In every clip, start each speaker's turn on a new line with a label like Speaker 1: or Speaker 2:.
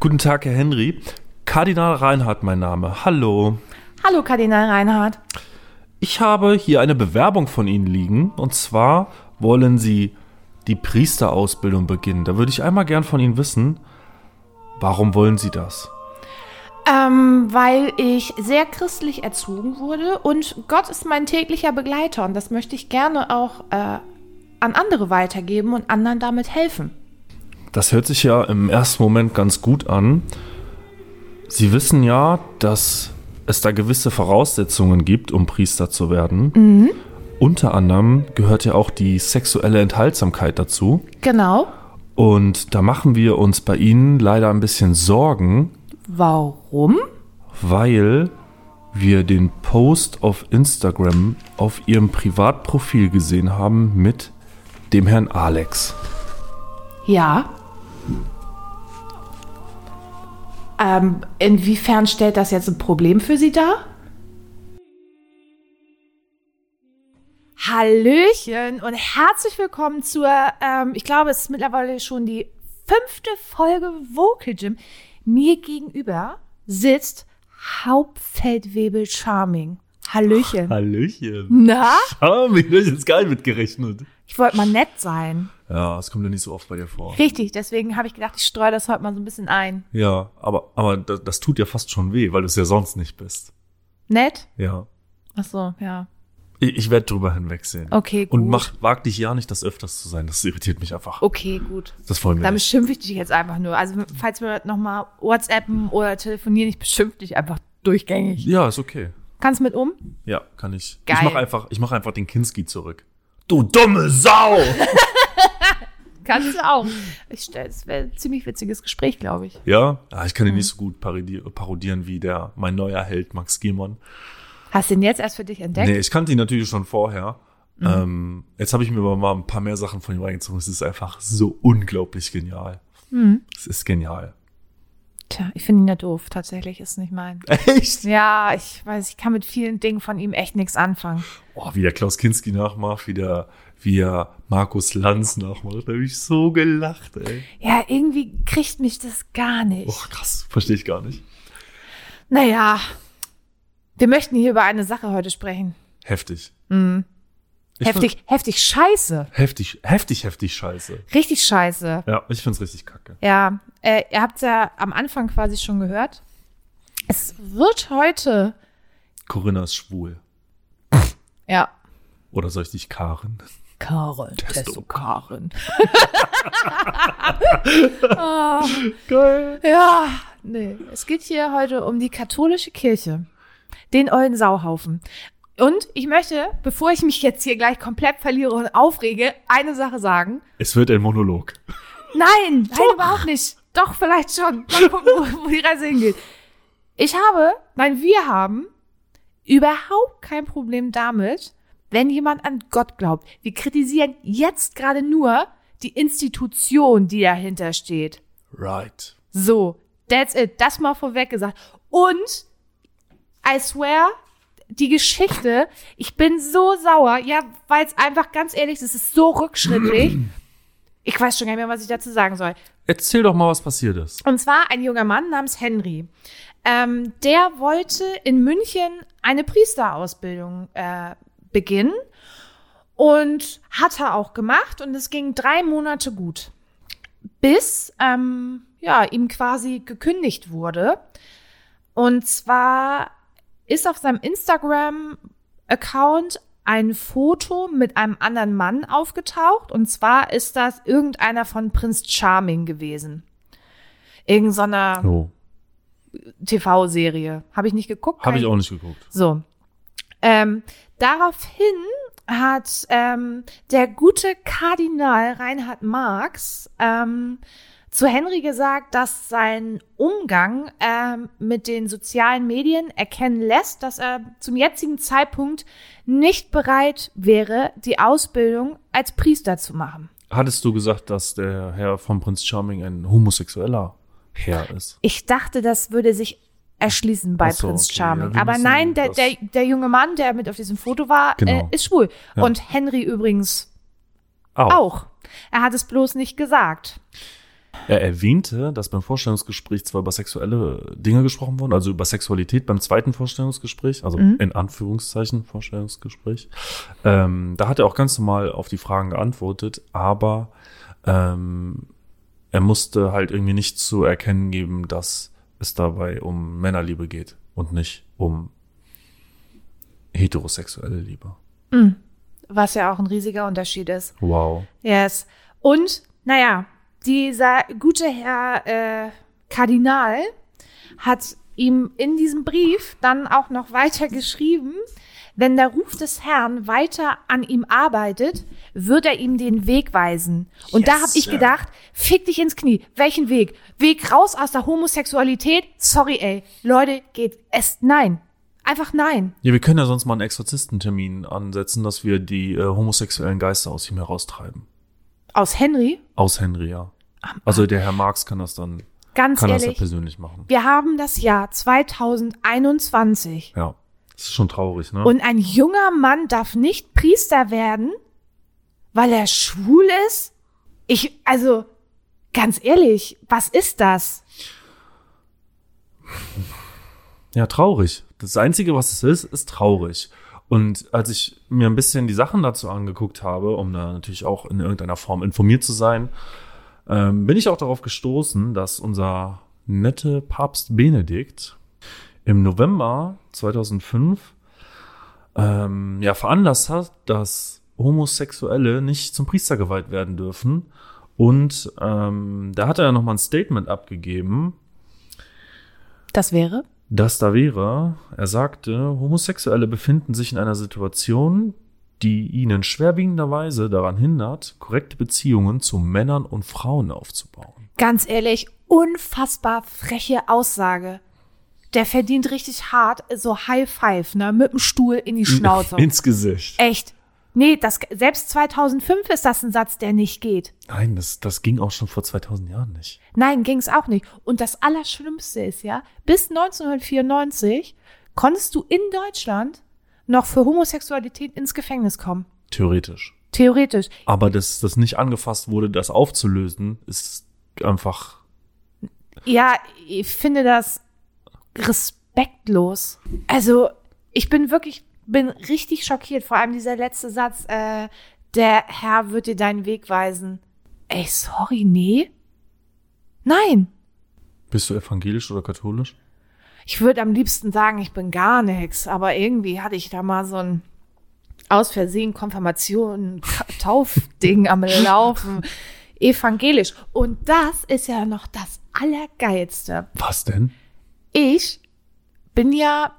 Speaker 1: Guten Tag, Herr Henry. Kardinal Reinhardt mein Name. Hallo.
Speaker 2: Hallo Kardinal Reinhardt.
Speaker 1: Ich habe hier eine Bewerbung von Ihnen liegen. Und zwar wollen Sie die Priesterausbildung beginnen. Da würde ich einmal gern von Ihnen wissen, warum wollen Sie das?
Speaker 2: Ähm, weil ich sehr christlich erzogen wurde und Gott ist mein täglicher Begleiter und das möchte ich gerne auch äh, an andere weitergeben und anderen damit helfen.
Speaker 1: Das hört sich ja im ersten Moment ganz gut an. Sie wissen ja, dass es da gewisse Voraussetzungen gibt, um Priester zu werden.
Speaker 2: Mhm.
Speaker 1: Unter anderem gehört ja auch die sexuelle Enthaltsamkeit dazu.
Speaker 2: Genau.
Speaker 1: Und da machen wir uns bei Ihnen leider ein bisschen Sorgen,
Speaker 2: Warum?
Speaker 1: weil wir den Post auf Instagram auf Ihrem Privatprofil gesehen haben mit dem Herrn Alex.
Speaker 2: Ja. Ähm, inwiefern stellt das jetzt ein Problem für Sie dar? Hallöchen und herzlich willkommen zur, ähm, ich glaube, es ist mittlerweile schon die fünfte Folge Vocal Gym. Mir gegenüber sitzt Hauptfeldwebel Charming. Hallöchen.
Speaker 1: Oh. Hallöchen. Ah,
Speaker 2: Na?
Speaker 1: Haben wir jetzt gar nicht mitgerechnet.
Speaker 2: Ich wollte mal nett sein.
Speaker 1: Ja, es kommt ja nicht so oft bei dir vor.
Speaker 2: Richtig, deswegen habe ich gedacht, ich streue das heute mal so ein bisschen ein.
Speaker 1: Ja, aber, aber das, das tut ja fast schon weh, weil du es ja sonst nicht bist.
Speaker 2: Nett?
Speaker 1: Ja.
Speaker 2: Ach so, ja.
Speaker 1: Ich, ich werde drüber hinwegsehen.
Speaker 2: Okay, gut.
Speaker 1: Und mach, wag dich ja nicht, das öfters zu sein. Das irritiert mich einfach.
Speaker 2: Okay, gut.
Speaker 1: Das wollen wir
Speaker 2: Dann
Speaker 1: nicht.
Speaker 2: beschimpfe ich dich jetzt einfach nur. Also, falls wir nochmal WhatsAppen oder telefonieren, ich beschimpfe dich einfach durchgängig.
Speaker 1: Ja, ist okay.
Speaker 2: Kannst mit um?
Speaker 1: Ja, kann ich.
Speaker 2: Geil.
Speaker 1: Ich mach einfach, ich mach einfach den Kinski zurück. Du dumme Sau!
Speaker 2: Kannst du auch. Ich stell, es wäre ein ziemlich witziges Gespräch, glaube ich.
Speaker 1: ja? Ah, ich kann ihn nicht so gut parodi parodieren wie der, mein neuer Held Max Gimon.
Speaker 2: Hast du ihn jetzt erst für dich entdeckt?
Speaker 1: Nee, ich kannte ihn natürlich schon vorher.
Speaker 2: Mhm.
Speaker 1: Ähm, jetzt habe ich mir aber mal ein paar mehr Sachen von ihm reingezogen. Es ist einfach so unglaublich genial.
Speaker 2: Mhm.
Speaker 1: Es ist genial.
Speaker 2: Tja, ich finde ihn ja doof. Tatsächlich ist nicht mein.
Speaker 1: Echt?
Speaker 2: Ja, ich weiß, ich kann mit vielen Dingen von ihm echt nichts anfangen.
Speaker 1: Oh, wie der Klaus Kinski nachmacht, wie der, wie er Markus Lanz nachmacht. Da habe ich so gelacht, ey.
Speaker 2: Ja, irgendwie kriegt mich das gar nicht.
Speaker 1: Oh, krass. Verstehe ich gar nicht.
Speaker 2: Naja, wir möchten hier über eine Sache heute sprechen.
Speaker 1: Heftig. Ich
Speaker 2: Mhm. Heftig, heftig scheiße.
Speaker 1: Find, heftig, heftig, heftig scheiße.
Speaker 2: Richtig scheiße.
Speaker 1: Ja, ich find's richtig kacke.
Speaker 2: Ja, äh, ihr habt ja am Anfang quasi schon gehört. Es wird heute.
Speaker 1: Corinna ist schwul.
Speaker 2: Ja.
Speaker 1: Oder soll ich dich Karen?
Speaker 2: Karen,
Speaker 1: Testo
Speaker 2: Testo Karen.
Speaker 1: Geil.
Speaker 2: Oh, Ja, nee. Es geht hier heute um die katholische Kirche. Den ollen Sauhaufen. Und ich möchte, bevor ich mich jetzt hier gleich komplett verliere und aufrege, eine Sache sagen.
Speaker 1: Es wird ein Monolog.
Speaker 2: Nein, nein, überhaupt nicht. Doch, vielleicht schon. Mal gucken, wo, wo die Reise hingeht. Ich habe, nein, wir haben überhaupt kein Problem damit, wenn jemand an Gott glaubt. Wir kritisieren jetzt gerade nur die Institution, die dahinter steht.
Speaker 1: Right.
Speaker 2: So, that's it. Das mal vorweg gesagt. Und I swear, die Geschichte, ich bin so sauer, ja, weil es einfach ganz ehrlich, es ist so rückschrittlich. Ich weiß schon gar nicht mehr, was ich dazu sagen soll.
Speaker 1: Erzähl doch mal, was passiert ist.
Speaker 2: Und zwar ein junger Mann namens Henry. Ähm, der wollte in München eine Priesterausbildung äh, beginnen und hat er auch gemacht und es ging drei Monate gut, bis ähm, ja ihm quasi gekündigt wurde. Und zwar ist auf seinem Instagram-Account ein Foto mit einem anderen Mann aufgetaucht und zwar ist das irgendeiner von Prinz Charming gewesen. Irgend so einer
Speaker 1: Oh.
Speaker 2: TV-Serie. Habe ich nicht geguckt.
Speaker 1: Habe
Speaker 2: kann
Speaker 1: ich auch nicht geguckt.
Speaker 2: So. Ähm, daraufhin hat ähm, der gute Kardinal Reinhard Marx ähm, zu Henry gesagt, dass sein Umgang ähm, mit den sozialen Medien erkennen lässt, dass er zum jetzigen Zeitpunkt nicht bereit wäre, die Ausbildung als Priester zu machen.
Speaker 1: Hattest du gesagt, dass der Herr von Prinz Charming ein homosexueller Herr ist?
Speaker 2: Ich dachte, das würde sich erschließen bei
Speaker 1: Ach so,
Speaker 2: Prinz
Speaker 1: okay, ja,
Speaker 2: Charming.
Speaker 1: wir
Speaker 2: Aber
Speaker 1: müssen
Speaker 2: nein, der,
Speaker 1: das-
Speaker 2: der, der junge Mann, der mit auf diesem Foto war,
Speaker 1: Genau.
Speaker 2: äh, ist schwul.
Speaker 1: Ja.
Speaker 2: Und Henry übrigens
Speaker 1: Auch.
Speaker 2: auch. Er hat es bloß nicht gesagt.
Speaker 1: Er erwähnte, dass beim Vorstellungsgespräch zwar über sexuelle Dinge gesprochen wurden, also über Sexualität beim zweiten Vorstellungsgespräch, also in Anführungszeichen Vorstellungsgespräch. Ähm, da hat er auch ganz normal auf die Fragen geantwortet, aber ähm, er musste halt irgendwie nicht zu erkennen geben, dass es dabei um Männerliebe geht und nicht um heterosexuelle Liebe.
Speaker 2: Was ja auch ein riesiger Unterschied ist.
Speaker 1: Wow.
Speaker 2: Yes. Und, naja, dieser gute Herr äh, Kardinal hat ihm in diesem Brief dann auch noch weiter geschrieben, wenn der Ruf des Herrn weiter an ihm arbeitet, wird er ihm den Weg weisen. Und da
Speaker 1: Yes,
Speaker 2: habe ich
Speaker 1: Sir.
Speaker 2: gedacht, fick dich ins Knie. Welchen Weg? Weg raus aus der Homosexualität? Sorry, ey. Leute, geht es. Nein. Einfach nein.
Speaker 1: Ja, wir können ja sonst mal einen Exorzistentermin ansetzen, dass wir die äh, homosexuellen Geister aus ihm heraustreiben.
Speaker 2: Aus Henry,
Speaker 1: Aus Henry, ja. Also der Herr Marx kann das dann,
Speaker 2: ganz
Speaker 1: kann das ja
Speaker 2: ehrlich,
Speaker 1: persönlich machen.
Speaker 2: wir haben das Jahr 2021.
Speaker 1: Ja. Das ist schon traurig, ne?
Speaker 2: Und ein junger Mann darf nicht Priester werden, weil er schwul ist? Ich, also, ganz ehrlich, was ist das?
Speaker 1: ja, traurig. Das Einzige, was es ist, ist traurig. Und als ich mir ein bisschen die Sachen dazu angeguckt habe, um da natürlich auch in irgendeiner Form informiert zu sein, ähm, bin ich auch darauf gestoßen, dass unser nette Papst Benedikt im November 2005 ähm, ja, veranlasst hat, dass Homosexuelle nicht zum Priester geweiht werden dürfen. Und ähm, da hat er nochmal ein Statement abgegeben,
Speaker 2: Das wäre?
Speaker 1: das da wäre, er sagte, Homosexuelle befinden sich in einer Situation, die ihnen schwerwiegenderweise daran hindert, korrekte Beziehungen zu Männern und Frauen aufzubauen.
Speaker 2: Ganz ehrlich, unfassbar freche Aussage. Der verdient richtig hart so High Five, ne, mit dem Stuhl in die Schnauze.
Speaker 1: Ins Gesicht.
Speaker 2: Echt. Nee, das, selbst 2005 ist das ein Satz, der nicht geht.
Speaker 1: Nein, das, das ging auch schon vor 2000 Jahren nicht.
Speaker 2: Nein, ging's auch nicht. Und das Allerschlimmste ist ja, bis 1994 konntest du in Deutschland noch für Homosexualität ins Gefängnis kommen.
Speaker 1: Theoretisch.
Speaker 2: Theoretisch.
Speaker 1: Aber dass das nicht angefasst wurde, das aufzulösen, ist einfach.
Speaker 2: Ja, ich finde das respektlos. Also, ich bin wirklich, bin richtig schockiert. Vor allem dieser letzte Satz, äh, der Herr wird dir deinen Weg weisen. Ey, sorry, nee. Nein.
Speaker 1: Bist du evangelisch oder katholisch?
Speaker 2: Ich würde am liebsten sagen, ich bin gar nix, aber irgendwie hatte ich da mal so ein aus Versehen Konfirmation Ka- Taufding am Laufen evangelisch und das ist ja noch das allergeilste.
Speaker 1: Was denn?
Speaker 2: Ich bin ja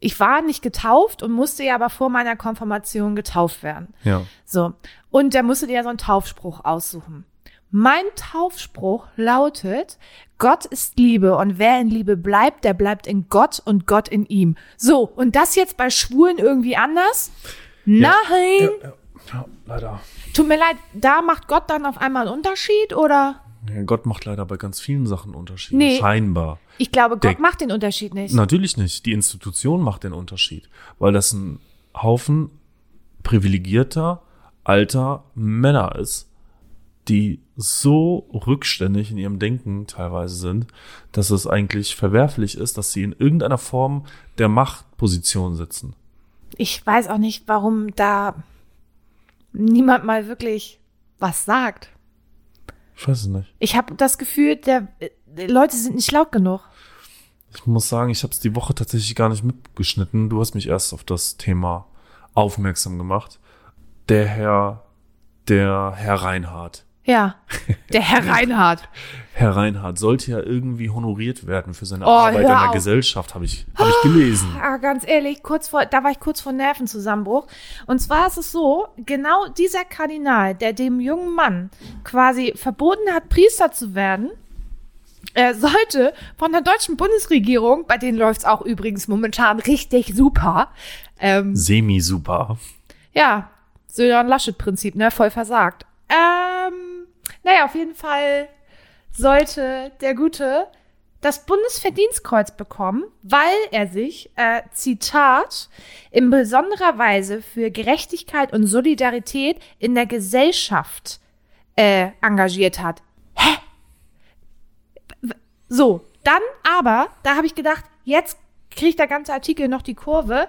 Speaker 2: ich war nicht getauft und musste ja aber vor meiner Konfirmation getauft werden.
Speaker 1: Ja.
Speaker 2: So. Und da musst du dir ja so einen Taufspruch aussuchen. Mein Taufspruch lautet, Gott ist Liebe und wer in Liebe bleibt, der bleibt in Gott und Gott in ihm. So. Und das jetzt bei Schwulen irgendwie anders? Nein.
Speaker 1: ja, ja leider.
Speaker 2: Tut mir leid, da macht Gott dann auf einmal einen Unterschied oder?
Speaker 1: Ja, Gott macht leider bei ganz vielen Sachen Unterschiede.
Speaker 2: Nee.
Speaker 1: Scheinbar.
Speaker 2: Ich glaube, Gott
Speaker 1: Der-
Speaker 2: macht den Unterschied nicht.
Speaker 1: Natürlich nicht. Die Institution macht den Unterschied, weil das ein Haufen privilegierter, alter Männer ist, die so rückständig in ihrem Denken teilweise sind, dass es eigentlich verwerflich ist, dass sie in irgendeiner Form der Machtposition sitzen.
Speaker 2: Ich weiß auch nicht, warum da niemand mal wirklich was sagt.
Speaker 1: Ich weiß es nicht.
Speaker 2: Ich habe das Gefühl, der, die Leute sind nicht laut genug.
Speaker 1: Ich muss sagen, ich habe es die Woche tatsächlich gar nicht mitgeschnitten. Du hast mich erst auf das Thema aufmerksam gemacht. Der Herr, der Herr Reinhardt.
Speaker 2: Ja, der Herr Reinhardt.
Speaker 1: Herr Reinhardt sollte ja irgendwie honoriert werden für seine
Speaker 2: Oh,
Speaker 1: Arbeit in
Speaker 2: hör
Speaker 1: der
Speaker 2: auf.
Speaker 1: Gesellschaft, habe ich, hab ich gelesen.
Speaker 2: Ah, ganz ehrlich, kurz vor, da war ich kurz vor Nervenzusammenbruch. Und zwar ist es so, genau dieser Kardinal, der dem jungen Mann quasi verboten hat, Priester zu werden, er sollte von der deutschen Bundesregierung, bei denen läuft's auch übrigens momentan richtig super, ähm,
Speaker 1: Semi-super.
Speaker 2: Ja, Söder- und Laschet-Prinzip, ne? Voll versagt. Ähm, naja, auf jeden Fall sollte der Gute das Bundesverdienstkreuz bekommen, weil er sich, äh, Zitat, in besonderer Weise für Gerechtigkeit und Solidarität in der Gesellschaft äh, engagiert hat. Hä? W- So, dann aber, da habe ich gedacht, jetzt kriegt der ganze Artikel noch die Kurve,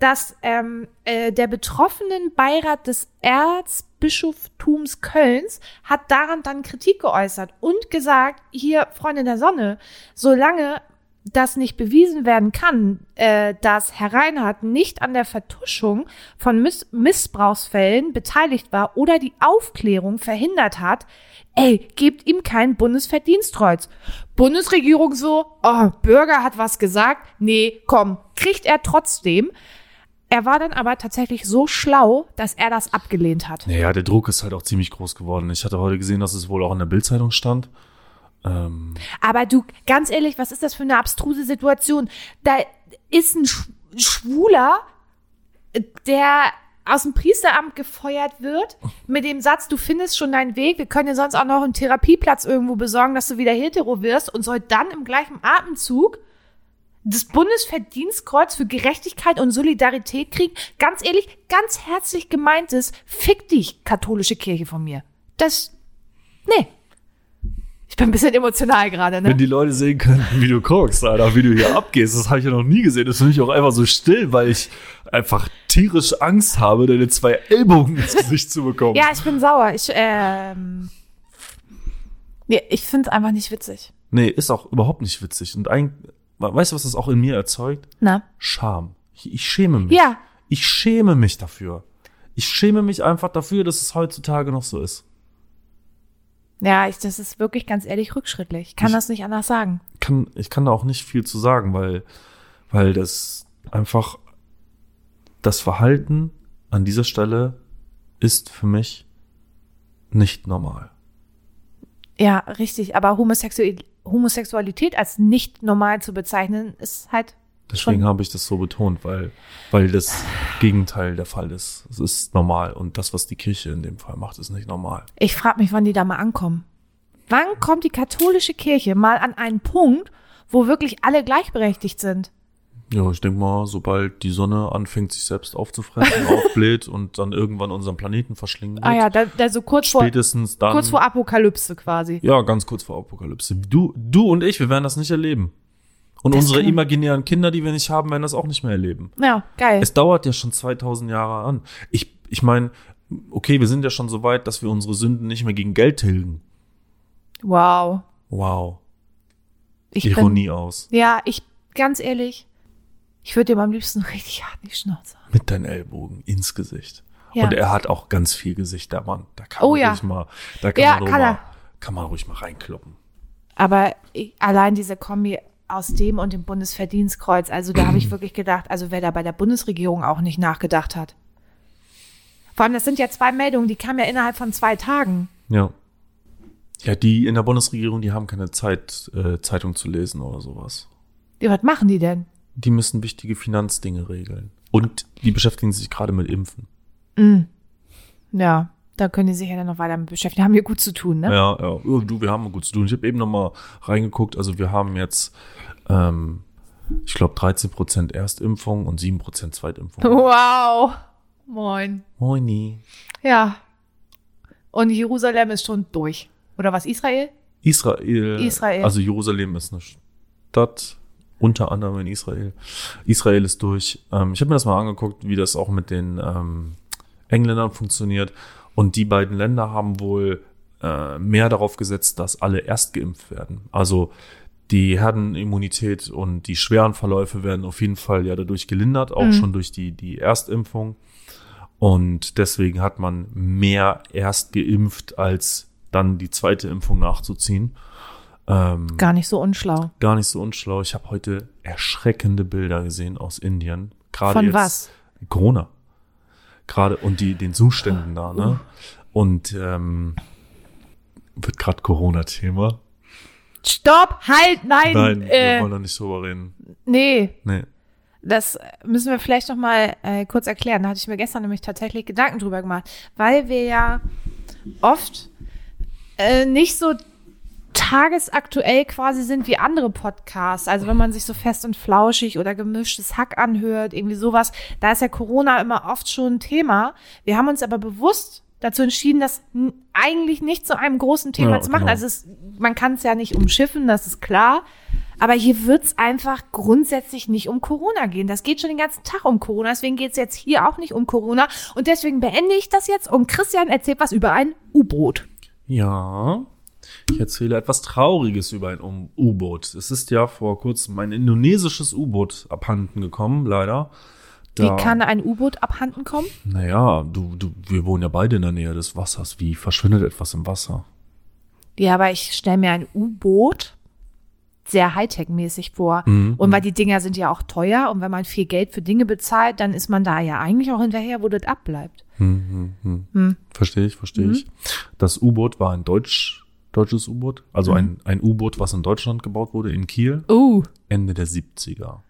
Speaker 2: dass ähm, äh, der betroffenen Beirat des Erzbischofstums Kölns hat daran dann Kritik geäußert und gesagt, hier, Freunde der Sonne, solange das nicht bewiesen werden kann, äh, dass Herr Reinhardt nicht an der Vertuschung von Miss Missbrauchsfällen beteiligt war oder die Aufklärung verhindert hat, ey, gebt ihm kein Bundesverdienstkreuz. Bundesregierung so, oh, Bürger hat was gesagt, nee, komm, kriegt er trotzdem. Er war dann aber tatsächlich so schlau, dass er das abgelehnt hat.
Speaker 1: Naja, der Druck ist halt auch ziemlich groß geworden. Ich hatte heute gesehen, dass es wohl auch in der Bildzeitung stand. Ähm,
Speaker 2: Aber du, ganz ehrlich, was ist das für eine abstruse Situation? Da ist ein Sch- Schwuler, der aus dem Priesteramt gefeuert wird, mit dem Satz, du findest schon deinen Weg, wir können dir sonst auch noch einen Therapieplatz irgendwo besorgen, dass du wieder hetero wirst und soll dann im gleichen Atemzug das Bundesverdienstkreuz für Gerechtigkeit und Solidarität kriegen. Ganz ehrlich, ganz herzlich gemeintes, fick dich, katholische Kirche von mir. Das, nee. Ich bin ein bisschen emotional gerade, ne?
Speaker 1: Wenn die Leute sehen könnten, wie du guckst, Alter, wie du hier abgehst, das habe ich ja noch nie gesehen. Das finde ich auch einfach so still, weil ich einfach tierisch Angst habe, deine zwei Ellbogen ins Gesicht zu bekommen.
Speaker 2: Ja, ich bin sauer. Ich, ähm, nee, ich finde es einfach nicht witzig.
Speaker 1: Nee, ist auch überhaupt nicht witzig. Und ein, weißt du, was das auch in mir erzeugt?
Speaker 2: Na?
Speaker 1: Scham. Ich, ich schäme mich.
Speaker 2: Ja.
Speaker 1: Ich schäme mich dafür. Ich schäme mich einfach dafür, dass es heutzutage noch so ist.
Speaker 2: Ja, ich, das ist wirklich ganz ehrlich rückschrittlich. Ich kann
Speaker 1: Ich-
Speaker 2: das nicht anders sagen.
Speaker 1: kann, ich kann da auch nicht viel zu sagen, weil, weil das einfach das Verhalten an dieser Stelle ist für mich nicht normal.
Speaker 2: Ja, richtig. Aber Homosexual Homosexualität als nicht normal zu bezeichnen, ist halt.
Speaker 1: Deswegen
Speaker 2: Schon.
Speaker 1: habe ich das so betont, weil, weil das Gegenteil der Fall ist. Es ist normal und das, was die Kirche in dem Fall macht, ist nicht normal.
Speaker 2: Ich frage mich, wann die da mal ankommen. Wann kommt die katholische Kirche mal an einen Punkt, wo wirklich alle gleichberechtigt sind?
Speaker 1: Ja, ich denke mal, sobald die Sonne anfängt, sich selbst aufzufressen, aufbläht und dann irgendwann unseren Planeten verschlingen wird,
Speaker 2: Ah ja, da, da so kurz vor,
Speaker 1: spätestens dann.
Speaker 2: kurz vor Apokalypse quasi.
Speaker 1: Ja, ganz kurz vor Apokalypse. Du, du und ich, wir werden das nicht erleben. Und
Speaker 2: Das
Speaker 1: unsere
Speaker 2: kann-
Speaker 1: imaginären Kinder, die wir nicht haben, werden das auch nicht mehr erleben.
Speaker 2: Ja, geil.
Speaker 1: Es dauert ja schon 2000 Jahre an. Ich, ich meine, okay, wir sind ja schon so weit, dass wir unsere Sünden nicht mehr gegen Geld tilgen.
Speaker 2: Wow.
Speaker 1: Wow.
Speaker 2: Ich bin
Speaker 1: Ironie aus.
Speaker 2: Ja, ich, ganz ehrlich, ich würde ihm am liebsten richtig hart in die Schnauze. hauen.
Speaker 1: Mit deinen Ellbogen ins Gesicht.
Speaker 2: Ja.
Speaker 1: Und er hat auch ganz viel Gesicht, der Mann. Da kann
Speaker 2: Oh
Speaker 1: man
Speaker 2: ja.
Speaker 1: ruhig mal, da kann,
Speaker 2: Ja,
Speaker 1: man, ruhig
Speaker 2: kann
Speaker 1: mal,
Speaker 2: er.
Speaker 1: kann man ruhig mal reinkloppen.
Speaker 2: Aber ich, allein diese Kombi aus dem und dem Bundesverdienstkreuz, also da habe ich wirklich gedacht, also wer da bei der Bundesregierung auch nicht nachgedacht hat. Vor allem, das sind ja zwei Meldungen, die kamen ja innerhalb von zwei Tagen.
Speaker 1: Ja. Ja, die in der Bundesregierung, die haben keine Zeit, äh, Zeitung zu lesen oder sowas.
Speaker 2: Ja, Was machen die denn?
Speaker 1: die müssen wichtige Finanzdinge regeln. Und die beschäftigen sich gerade mit Impfen.
Speaker 2: Ja, da können die sich ja dann noch weiter mit beschäftigen. Haben hier gut zu tun, ne?
Speaker 1: Ja, ja. Oh, Du, wir haben gut zu tun. Ich habe eben nochmal reingeguckt. Also wir haben jetzt, ähm, ich glaube, 13% Erstimpfung und 7% Zweitimpfung.
Speaker 2: Oh. Wow. Moin.
Speaker 1: Moini.
Speaker 2: Ja. Und Jerusalem ist schon durch. Oder was, Israel?
Speaker 1: Israel.
Speaker 2: Israel.
Speaker 1: Also Jerusalem ist eine Stadt, unter anderem in Israel. Israel ist durch. Ähm, ich habe mir das mal angeguckt, wie das auch mit den ähm, Engländern funktioniert. Und die beiden Länder haben wohl äh, mehr darauf gesetzt, dass alle erst geimpft werden. Also die Herdenimmunität und die schweren Verläufe werden auf jeden Fall ja dadurch gelindert, auch
Speaker 2: Mhm.
Speaker 1: schon durch die, die Erstimpfung. Und deswegen hat man mehr erst geimpft, als dann die zweite Impfung nachzuziehen. Ähm,
Speaker 2: Gar nicht so unschlau.
Speaker 1: gar nicht so unschlau. Ich habe heute erschreckende Bilder gesehen aus Indien. Gerade
Speaker 2: Von
Speaker 1: jetzt
Speaker 2: was?
Speaker 1: Corona. Gerade und die, den Zuständen da, ne? Und ähm, wird gerade Corona-Thema.
Speaker 2: Stopp, halt, nein.
Speaker 1: Nein, wir
Speaker 2: äh,
Speaker 1: wollen da nicht drüber reden.
Speaker 2: nee,
Speaker 1: Nee.
Speaker 2: das müssen wir vielleicht noch mal äh, kurz erklären. Da hatte ich mir gestern nämlich tatsächlich Gedanken drüber gemacht, weil wir ja oft äh, nicht so tagesaktuell quasi sind wie andere Podcasts. Also wenn man sich so fest und flauschig oder gemischtes Hack anhört, irgendwie sowas, da ist ja Corona immer oft schon ein Thema. Wir haben uns aber bewusst dazu entschieden, das n- eigentlich nicht zu einem großen Thema
Speaker 1: Ja,
Speaker 2: zu machen.
Speaker 1: genau.
Speaker 2: Also es, man kann es ja nicht umschiffen, das ist klar. Aber hier wird's einfach grundsätzlich nicht um Corona gehen. Das geht schon den ganzen Tag um Corona. Deswegen geht's jetzt hier auch nicht um Corona. Und deswegen beende ich das jetzt und Christian erzählt was über ein U-Boot.
Speaker 1: Ja, ich erzähle etwas Trauriges über ein U- U-Boot. Es ist ja vor kurzem ein indonesisches U-Boot abhanden gekommen, leider. Da-
Speaker 2: Wie kann ein U-Boot abhanden kommen?
Speaker 1: Naja, du, du, wir wohnen ja beide in der Nähe des Wassers. Wie verschwindet etwas im Wasser?
Speaker 2: Ja, aber ich stelle mir ein U-Boot sehr Hightech-mäßig vor.
Speaker 1: Mhm,
Speaker 2: Und weil die Dinger sind ja auch teuer und wenn man viel Geld für Dinge bezahlt, dann ist man da ja eigentlich auch hinterher, wo das abbleibt.
Speaker 1: Verstehe ich, verstehe ich. Das U-Boot war ein deutsch, deutsches U-Boot, also ein, ein U-Boot, was in Deutschland gebaut wurde, in Kiel,
Speaker 2: Oh.
Speaker 1: Ende der 70er.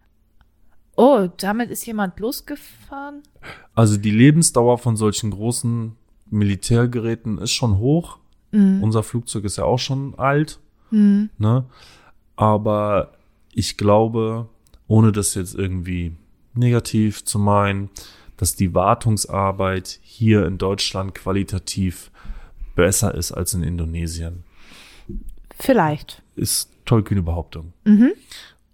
Speaker 2: Oh, damit ist jemand losgefahren?
Speaker 1: Also die Lebensdauer von solchen großen Militärgeräten ist schon hoch. Unser Flugzeug ist ja auch schon alt. Ne? Aber ich glaube, ohne das jetzt irgendwie negativ zu meinen, dass die Wartungsarbeit hier in Deutschland qualitativ besser ist als in Indonesien.
Speaker 2: Vielleicht.
Speaker 1: Ist tollkühne Behauptung.
Speaker 2: Mhm.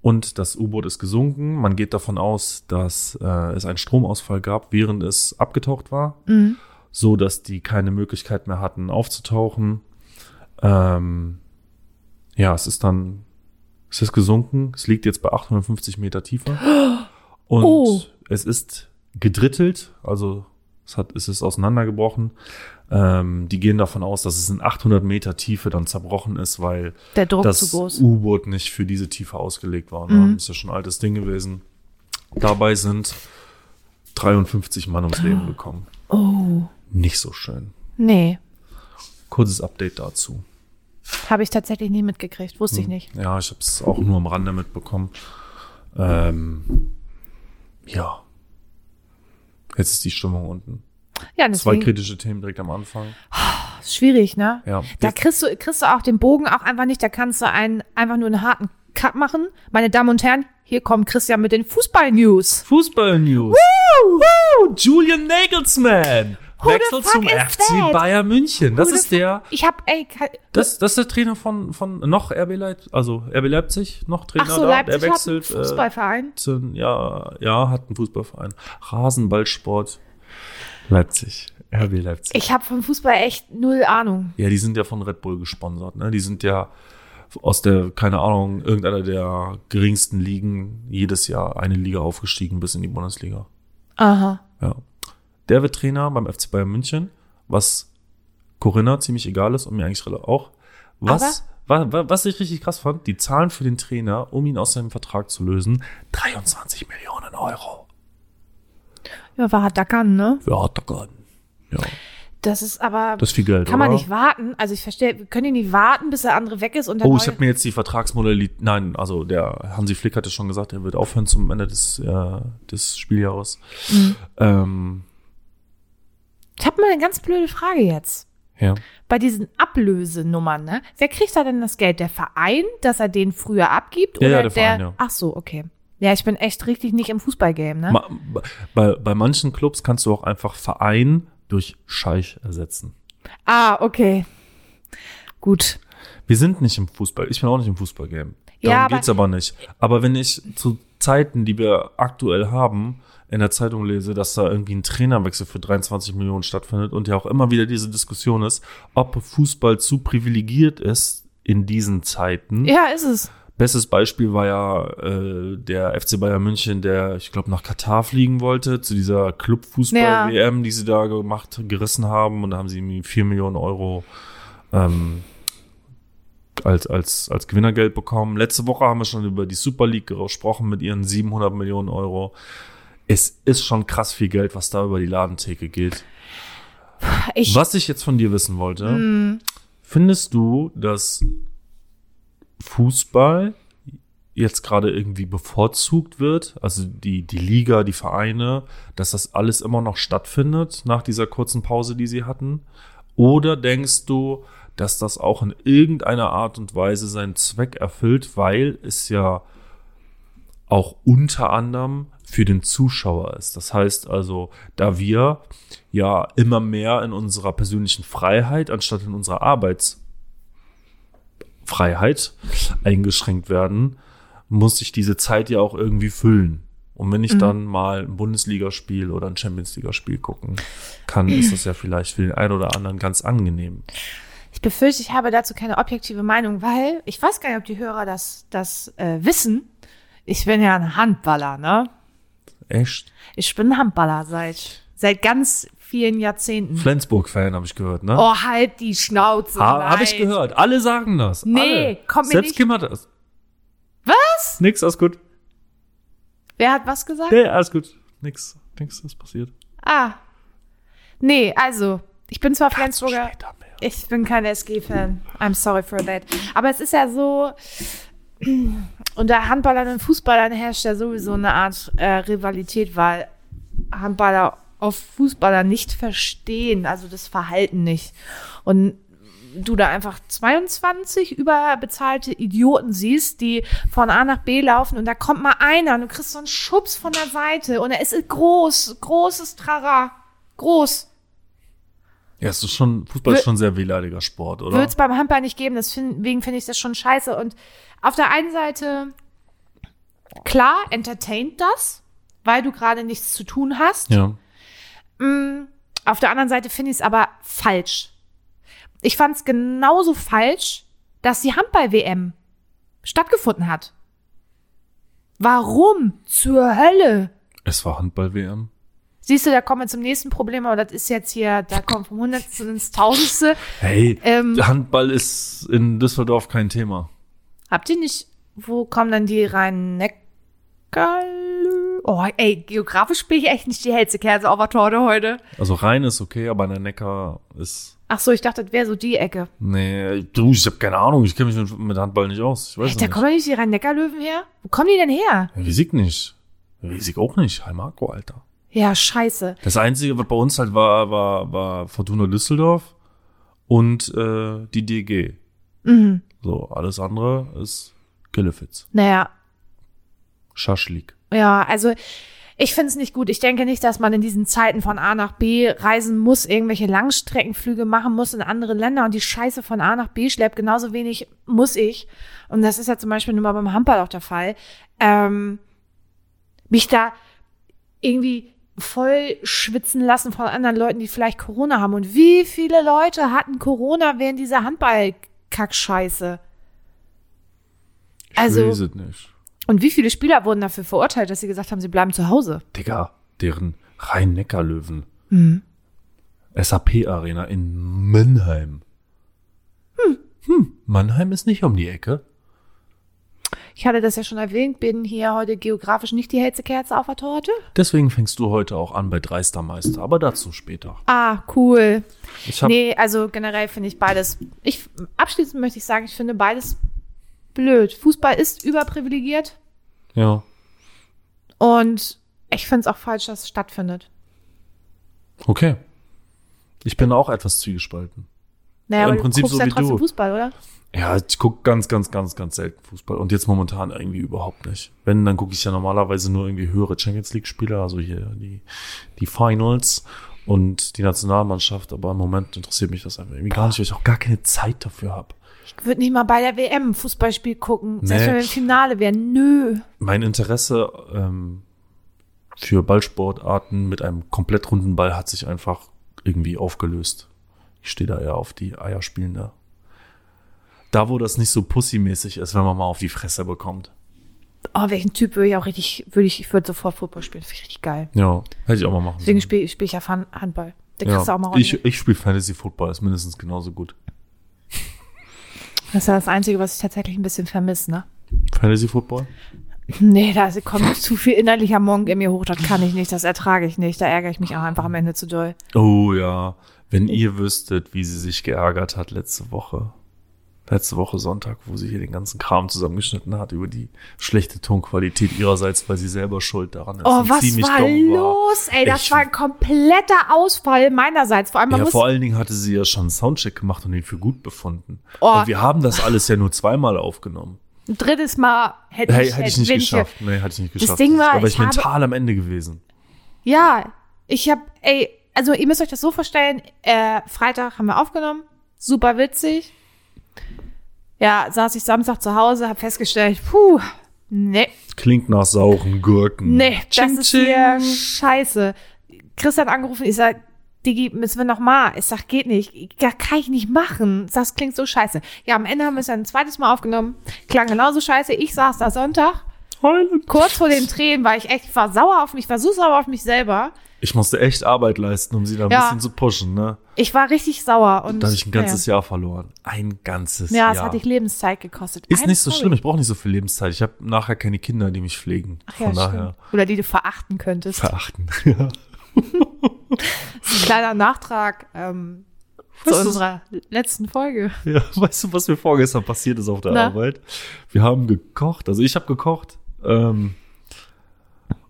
Speaker 1: Und das U-Boot ist gesunken. Man geht davon aus, dass äh, es einen Stromausfall gab, während es abgetaucht war
Speaker 2: Mhm.
Speaker 1: so dass die keine Möglichkeit mehr hatten aufzutauchen. Ähm, ja, es ist dann, es ist gesunken, es liegt jetzt bei 850 Meter Tiefe und
Speaker 2: Oh.
Speaker 1: es ist gedrittelt, also es hat, es ist auseinandergebrochen. Ähm, die gehen davon aus, dass es in 800 Meter Tiefe dann zerbrochen ist, weil
Speaker 2: Der Druck
Speaker 1: das
Speaker 2: zu groß.
Speaker 1: U-Boot nicht für diese Tiefe ausgelegt war. Ne?
Speaker 2: Mhm.
Speaker 1: Ist ja schon ein altes Ding gewesen. Dabei sind 53 Mann ums Leben gekommen.
Speaker 2: oh.
Speaker 1: Nicht so schön.
Speaker 2: Nee,
Speaker 1: Kurzes Update dazu.
Speaker 2: habe ich tatsächlich nie mitgekriegt. Wusste ich nicht.
Speaker 1: Ja, ich habe es auch nur am Rande mitbekommen. Ähm, ja. Jetzt ist die Stimmung unten.
Speaker 2: Ja,
Speaker 1: Zwei
Speaker 2: deswegen
Speaker 1: kritische Themen direkt am Anfang.
Speaker 2: schwierig, ne?
Speaker 1: Ja.
Speaker 2: Da
Speaker 1: Jetzt-
Speaker 2: kriegst du, kriegst du auch den Bogen auch einfach nicht. Da kannst du einen, einfach nur einen harten Cut machen. Meine Damen und Herren, hier kommt Christian mit den Fußball-News.
Speaker 1: Fußball-News. Julian Nagelsmann
Speaker 2: Who the
Speaker 1: wechselt
Speaker 2: fuck
Speaker 1: zum
Speaker 2: is
Speaker 1: FC
Speaker 2: that?
Speaker 1: Bayern München. Das
Speaker 2: Who the
Speaker 1: ist der,
Speaker 2: Ich hab, ey, kann,
Speaker 1: das, das ist der Trainer von, von noch RB Leipzig, also RB Leipzig, noch Trainer
Speaker 2: ach so,
Speaker 1: Genau da.
Speaker 2: Leipzig
Speaker 1: der
Speaker 2: hat einen
Speaker 1: wechselt. äh,
Speaker 2: Fußballverein.
Speaker 1: 17, ja, ja, hat einen Fußballverein. Rasenballsport Leipzig. RB Leipzig.
Speaker 2: Ich habe vom Fußball echt null Ahnung.
Speaker 1: Ja, die sind ja von Red Bull gesponsert, ne? Die sind ja aus der, keine Ahnung, irgendeiner der geringsten Ligen jedes Jahr eine Liga aufgestiegen bis in die Bundesliga.
Speaker 2: Aha.
Speaker 1: Ja. Der wird Trainer beim FC Bayern München, was Corinna ziemlich egal ist und mir eigentlich rela- auch. Was, wa, wa, was ich richtig krass fand, die Zahlen für den Trainer, um ihn aus seinem Vertrag zu lösen, 23 Millionen Euro.
Speaker 2: Ja, war da kann, ne?
Speaker 1: Ja, hat er gewonnen. Ja,
Speaker 2: Das ist aber.
Speaker 1: das ist viel Geld,
Speaker 2: kann
Speaker 1: oder?
Speaker 2: man nicht warten. Also ich verstehe, wir können ja nicht warten, bis der andere weg ist und der
Speaker 1: Oh,
Speaker 2: neue-
Speaker 1: ich habe mir jetzt die Vertragsmodalität. Nein, also der Hansi Flick hatte schon gesagt, er wird aufhören zum Ende des, äh, des Spieljahres.
Speaker 2: Mhm.
Speaker 1: Ähm,
Speaker 2: Ich hab mal eine ganz blöde Frage jetzt.
Speaker 1: ja.
Speaker 2: Bei diesen Ablösenummern, ne? Wer kriegt da denn das Geld? Der Verein, dass er den früher abgibt?
Speaker 1: Ja,
Speaker 2: oder
Speaker 1: ja, der Verein, ja.
Speaker 2: Ach so, okay. Ja, ich bin echt richtig nicht im Fußballgame, ne?
Speaker 1: Ma, bei, bei manchen Clubs kannst du auch einfach Verein durch Scheich ersetzen.
Speaker 2: ah, okay. Gut.
Speaker 1: Wir sind nicht im Fußball. Ich bin auch nicht im Fußballgame. Darum
Speaker 2: Ja, aber-
Speaker 1: geht's aber nicht. Aber wenn ich zu Zeiten, die wir aktuell haben, in der Zeitung lese, dass da irgendwie ein Trainerwechsel für 23 Millionen stattfindet und ja auch immer wieder diese Diskussion ist, ob Fußball zu privilegiert ist in diesen Zeiten.
Speaker 2: Ja, ist es.
Speaker 1: Bestes Beispiel war ja äh, der FC Bayern München, der, ich glaube, nach Katar fliegen wollte, zu dieser Clubfußball-WM, die sie da gemacht, gerissen haben. Und da haben sie irgendwie 4 Millionen Euro ähm, als, als, als Gewinnergeld bekommen. Letzte Woche haben wir schon über die Super League gesprochen mit ihren 700 Millionen Euro. Es ist schon krass viel Geld, was da über die Ladentheke geht.
Speaker 2: Ich,
Speaker 1: Was ich jetzt von dir wissen wollte, findest du, dass Fußball jetzt gerade irgendwie bevorzugt wird, also die, die Liga, die Vereine, dass das alles immer noch stattfindet nach dieser kurzen Pause, die sie hatten? Oder denkst du, dass das auch in irgendeiner Art und Weise seinen Zweck erfüllt, weil es ja auch unter anderem für den Zuschauer ist. Das heißt also, da wir ja immer mehr in unserer persönlichen Freiheit anstatt in unserer Arbeitsfreiheit eingeschränkt werden, muss ich diese Zeit ja auch irgendwie füllen. Und wenn ich
Speaker 2: Mhm.
Speaker 1: dann mal ein Bundesligaspiel oder ein Champions League-Spiel gucken kann, ist das ja vielleicht für den einen oder anderen ganz angenehm.
Speaker 2: Ich befürchte, ich habe dazu keine objektive Meinung, weil ich weiß gar nicht, ob die Hörer das, das äh, wissen. Ich bin ja ein Handballer, ne?
Speaker 1: Echt?
Speaker 2: Ich bin Handballer seit, seit ganz vielen Jahrzehnten.
Speaker 1: Flensburg-Fan, habe ich gehört, ne?
Speaker 2: Oh, halt die Schnauze.
Speaker 1: ha, habe
Speaker 2: nein.
Speaker 1: ich gehört. Alle sagen das.
Speaker 2: Nee,
Speaker 1: Alle.
Speaker 2: kommt mir
Speaker 1: Selbst
Speaker 2: nicht-
Speaker 1: Kim hat das.
Speaker 2: Was?
Speaker 1: Nix, alles gut.
Speaker 2: Wer hat was gesagt?
Speaker 1: Nee, alles gut. Nix, nix ist passiert.
Speaker 2: Ah. Nee, also, ich bin zwar
Speaker 1: Dazu
Speaker 2: Flensburger.
Speaker 1: später mehr.
Speaker 2: Ich bin kein SG-Fan. I'm sorry for that. Aber es ist ja so, unter Handballern und Fußballern herrscht ja sowieso eine Art äh, Rivalität, weil Handballer auf Fußballer nicht verstehen, also das Verhalten nicht. Und du da einfach 22 überbezahlte Idioten siehst, die von A nach B laufen und da kommt mal einer und du kriegst so einen Schubs von der Seite und er ist groß, großes Trara, groß.
Speaker 1: Ja, es ist schon, Fußball ist
Speaker 2: Wir-
Speaker 1: schon ein sehr wehleidiger Sport, oder?
Speaker 2: Wird es beim Handball nicht geben, deswegen finde ich das schon scheiße. Und auf der einen Seite, klar, entertaint das, weil du gerade nichts zu tun hast.
Speaker 1: ja.
Speaker 2: Mm, Auf der anderen Seite finde ich es aber falsch. Ich fand es genauso falsch, dass die Handball-WM stattgefunden hat. Warum? Zur Hölle.
Speaker 1: Es war Handball-WM.
Speaker 2: Siehst du, da kommen wir zum nächsten Problem, aber das ist jetzt hier, da kommt vom Hundertsten ins Tausendste.
Speaker 1: Hey,
Speaker 2: Ähm.
Speaker 1: Handball ist in Düsseldorf kein Thema.
Speaker 2: Habt ihr nicht, wo kommen dann die Rhein-Neckar? Oh, ey, geografisch bin ich echt nicht die hellste Kerze auf der Torte heute.
Speaker 1: Also Rhein ist okay, aber der Neckar ist.
Speaker 2: Ach so, ich dachte, das wäre so die Ecke.
Speaker 1: Nee, du, ich habe keine Ahnung. Ich kenne mich mit- mit Handball nicht aus. Ich weiß
Speaker 2: Ey,
Speaker 1: es Also
Speaker 2: da
Speaker 1: nicht.
Speaker 2: kommen doch nicht die Rhein-Neckar-Löwen her? Wo kommen die denn her?
Speaker 1: Riesig nicht. Riesig auch nicht. Heimarco, Alter.
Speaker 2: Ja, scheiße.
Speaker 1: Das Einzige, was bei uns halt war, war, war Fortuna Düsseldorf und äh, die DG.
Speaker 2: Mhm.
Speaker 1: So, alles andere ist Gillefitz.
Speaker 2: Naja,
Speaker 1: Schaschlik.
Speaker 2: ja, also ich finde es nicht gut. Ich denke nicht, dass man in diesen Zeiten von A nach B reisen muss, irgendwelche Langstreckenflüge machen muss in andere Länder und die Scheiße von A nach B schleppt. Genauso wenig muss ich. Und das ist ja zum Beispiel nun mal beim Handball auch der Fall. Ähm, mich da irgendwie voll schwitzen lassen von anderen Leuten, die vielleicht Corona haben. Und wie viele Leute hatten Corona während dieser Handball-Kackscheiße?
Speaker 1: Ich
Speaker 2: Also-
Speaker 1: weiß es nicht.
Speaker 2: Und wie viele Spieler wurden dafür verurteilt, dass sie gesagt haben, sie bleiben zu Hause?
Speaker 1: Digga, deren Rhein-Neckar-Löwen.
Speaker 2: Mhm.
Speaker 1: SAP-Arena in Mannheim. Hm. Hm, Mannheim ist nicht um die Ecke.
Speaker 2: Ich hatte das ja schon erwähnt, bin hier heute geografisch nicht die hellste Kerze auf der Torte.
Speaker 1: Deswegen fängst du heute auch an bei Dreistermeister, aber dazu später.
Speaker 2: Ah, cool.
Speaker 1: Ich hab,
Speaker 2: nee, also generell finde ich beides. Ich abschließend möchte ich sagen, ich finde beides blöd. Fußball ist überprivilegiert
Speaker 1: Ja,
Speaker 2: und ich finde es auch falsch, dass es stattfindet.
Speaker 1: okay. Ich bin auch etwas zwiegespalten.
Speaker 2: Naja,
Speaker 1: Im
Speaker 2: aber
Speaker 1: Prinzip
Speaker 2: du guckst
Speaker 1: so
Speaker 2: ja
Speaker 1: wie
Speaker 2: trotzdem
Speaker 1: du.
Speaker 2: Fußball, oder?
Speaker 1: Ja, ich guck ganz, ganz, ganz, ganz selten Fußball. Und jetzt momentan irgendwie überhaupt nicht. Wenn, dann gucke ich ja normalerweise nur irgendwie höhere Champions League-Spiele, also hier die, die Finals und die Nationalmannschaft. Aber im Moment interessiert mich das einfach irgendwie gar nicht, weil ich auch gar keine Zeit dafür habe.
Speaker 2: Ich würde nicht mal bei der WM ein Fußballspiel gucken. Selbst
Speaker 1: Nee.
Speaker 2: wenn wir im Finale wären. Nö.
Speaker 1: Mein Interesse ähm, für Ballsportarten mit einem komplett runden Ball hat sich einfach irgendwie aufgelöst. Ich stehe da eher auf die Eierspielende. Da, wo das nicht so pussymäßig ist, wenn man mal auf die Fresse bekommt.
Speaker 2: Oh, welchen Typ würde ich auch richtig, würde ich, ich würde sofort Fußball spielen. Finde ich richtig geil.
Speaker 1: Ja, hätte ich auch mal machen
Speaker 2: Deswegen spiele spiel ich ja Fan- Handball. Da
Speaker 1: Ja,
Speaker 2: kriegst du auch mal Runde.
Speaker 1: ich ich spiele Fantasy Football, ist mindestens genauso gut.
Speaker 2: Das ist ja das Einzige, was ich tatsächlich ein bisschen vermisse, ne?
Speaker 1: Fantasy Football?
Speaker 2: Nee, da kommt zu viel innerlicher Monk in mir hoch. Das kann ich nicht, das ertrage ich nicht. Da ärgere ich mich auch einfach am Ende zu doll.
Speaker 1: Oh ja, wenn ihr wüsstet, wie sie sich geärgert hat letzte Woche. letzte Woche Sonntag, wo sie hier den ganzen Kram zusammengeschnitten hat über die schlechte Tonqualität ihrerseits, weil sie selber schuld daran ist.
Speaker 2: Oh,
Speaker 1: und
Speaker 2: was
Speaker 1: ziemlich
Speaker 2: war
Speaker 1: dumm
Speaker 2: los? Ey, das
Speaker 1: Ich-
Speaker 2: war ein kompletter Ausfall meinerseits. Vor allem, man
Speaker 1: Ja,
Speaker 2: muss,
Speaker 1: vor allen Dingen hatte sie ja schon einen Soundcheck gemacht und ihn für gut befunden.
Speaker 2: Oh.
Speaker 1: Und wir haben das alles ja nur zweimal aufgenommen.
Speaker 2: ein drittes Mal hätte
Speaker 1: Hey,
Speaker 2: ich,
Speaker 1: hätte ich nicht
Speaker 2: wenn
Speaker 1: geschafft. Nee, hätte ich nicht geschafft.
Speaker 2: Ding war,
Speaker 1: da war
Speaker 2: ich
Speaker 1: ich,
Speaker 2: habe-
Speaker 1: mental am Ende gewesen.
Speaker 2: Ja, ich hab, ey, also ihr müsst euch das so vorstellen, äh, Freitag haben wir aufgenommen, super witzig. Ja, saß ich Samstag zu Hause, hab festgestellt, puh, nee,
Speaker 1: Klingt nach sauren Gurken.
Speaker 2: nee,
Speaker 1: Tsching,
Speaker 2: das ist
Speaker 1: tsching.
Speaker 2: hier scheiße. Chris hat angerufen, ich sag, Digi, müssen wir noch mal. Ich sag, geht nicht, Ich- ja, kann ich nicht machen, das klingt so scheiße. Ja, am Ende haben wir es dann ein zweites Mal aufgenommen, klang genauso scheiße, ich saß da Sonntag.
Speaker 1: Heulen.
Speaker 2: Kurz vor den Tränen war ich echt, ich war sauer auf mich, ich war so sauer auf mich selber.
Speaker 1: Ich musste echt Arbeit leisten, um sie da ein
Speaker 2: Ja.
Speaker 1: bisschen zu pushen, ne?
Speaker 2: Ich war richtig sauer und
Speaker 1: Da habe ich ein
Speaker 2: naja.
Speaker 1: ganzes Jahr verloren. Ein ganzes
Speaker 2: Ja,
Speaker 1: Jahr.
Speaker 2: es hat dich Lebenszeit gekostet.
Speaker 1: ist
Speaker 2: I'm
Speaker 1: nicht so
Speaker 2: sorry.
Speaker 1: schlimm, ich brauche nicht so viel Lebenszeit. Ich habe nachher keine Kinder, die mich pflegen.
Speaker 2: Ach ja,
Speaker 1: Von daher
Speaker 2: stimmt. Oder die du verachten könntest.
Speaker 1: verachten. Ja.
Speaker 2: Kleiner Nachtrag ähm, zu
Speaker 1: Was ist-
Speaker 2: unserer letzten Folge.
Speaker 1: Ja, weißt du, was mir vorgestern passiert ist auf der
Speaker 2: Na?
Speaker 1: Arbeit? Wir haben gekocht, also ich habe gekocht. Ähm,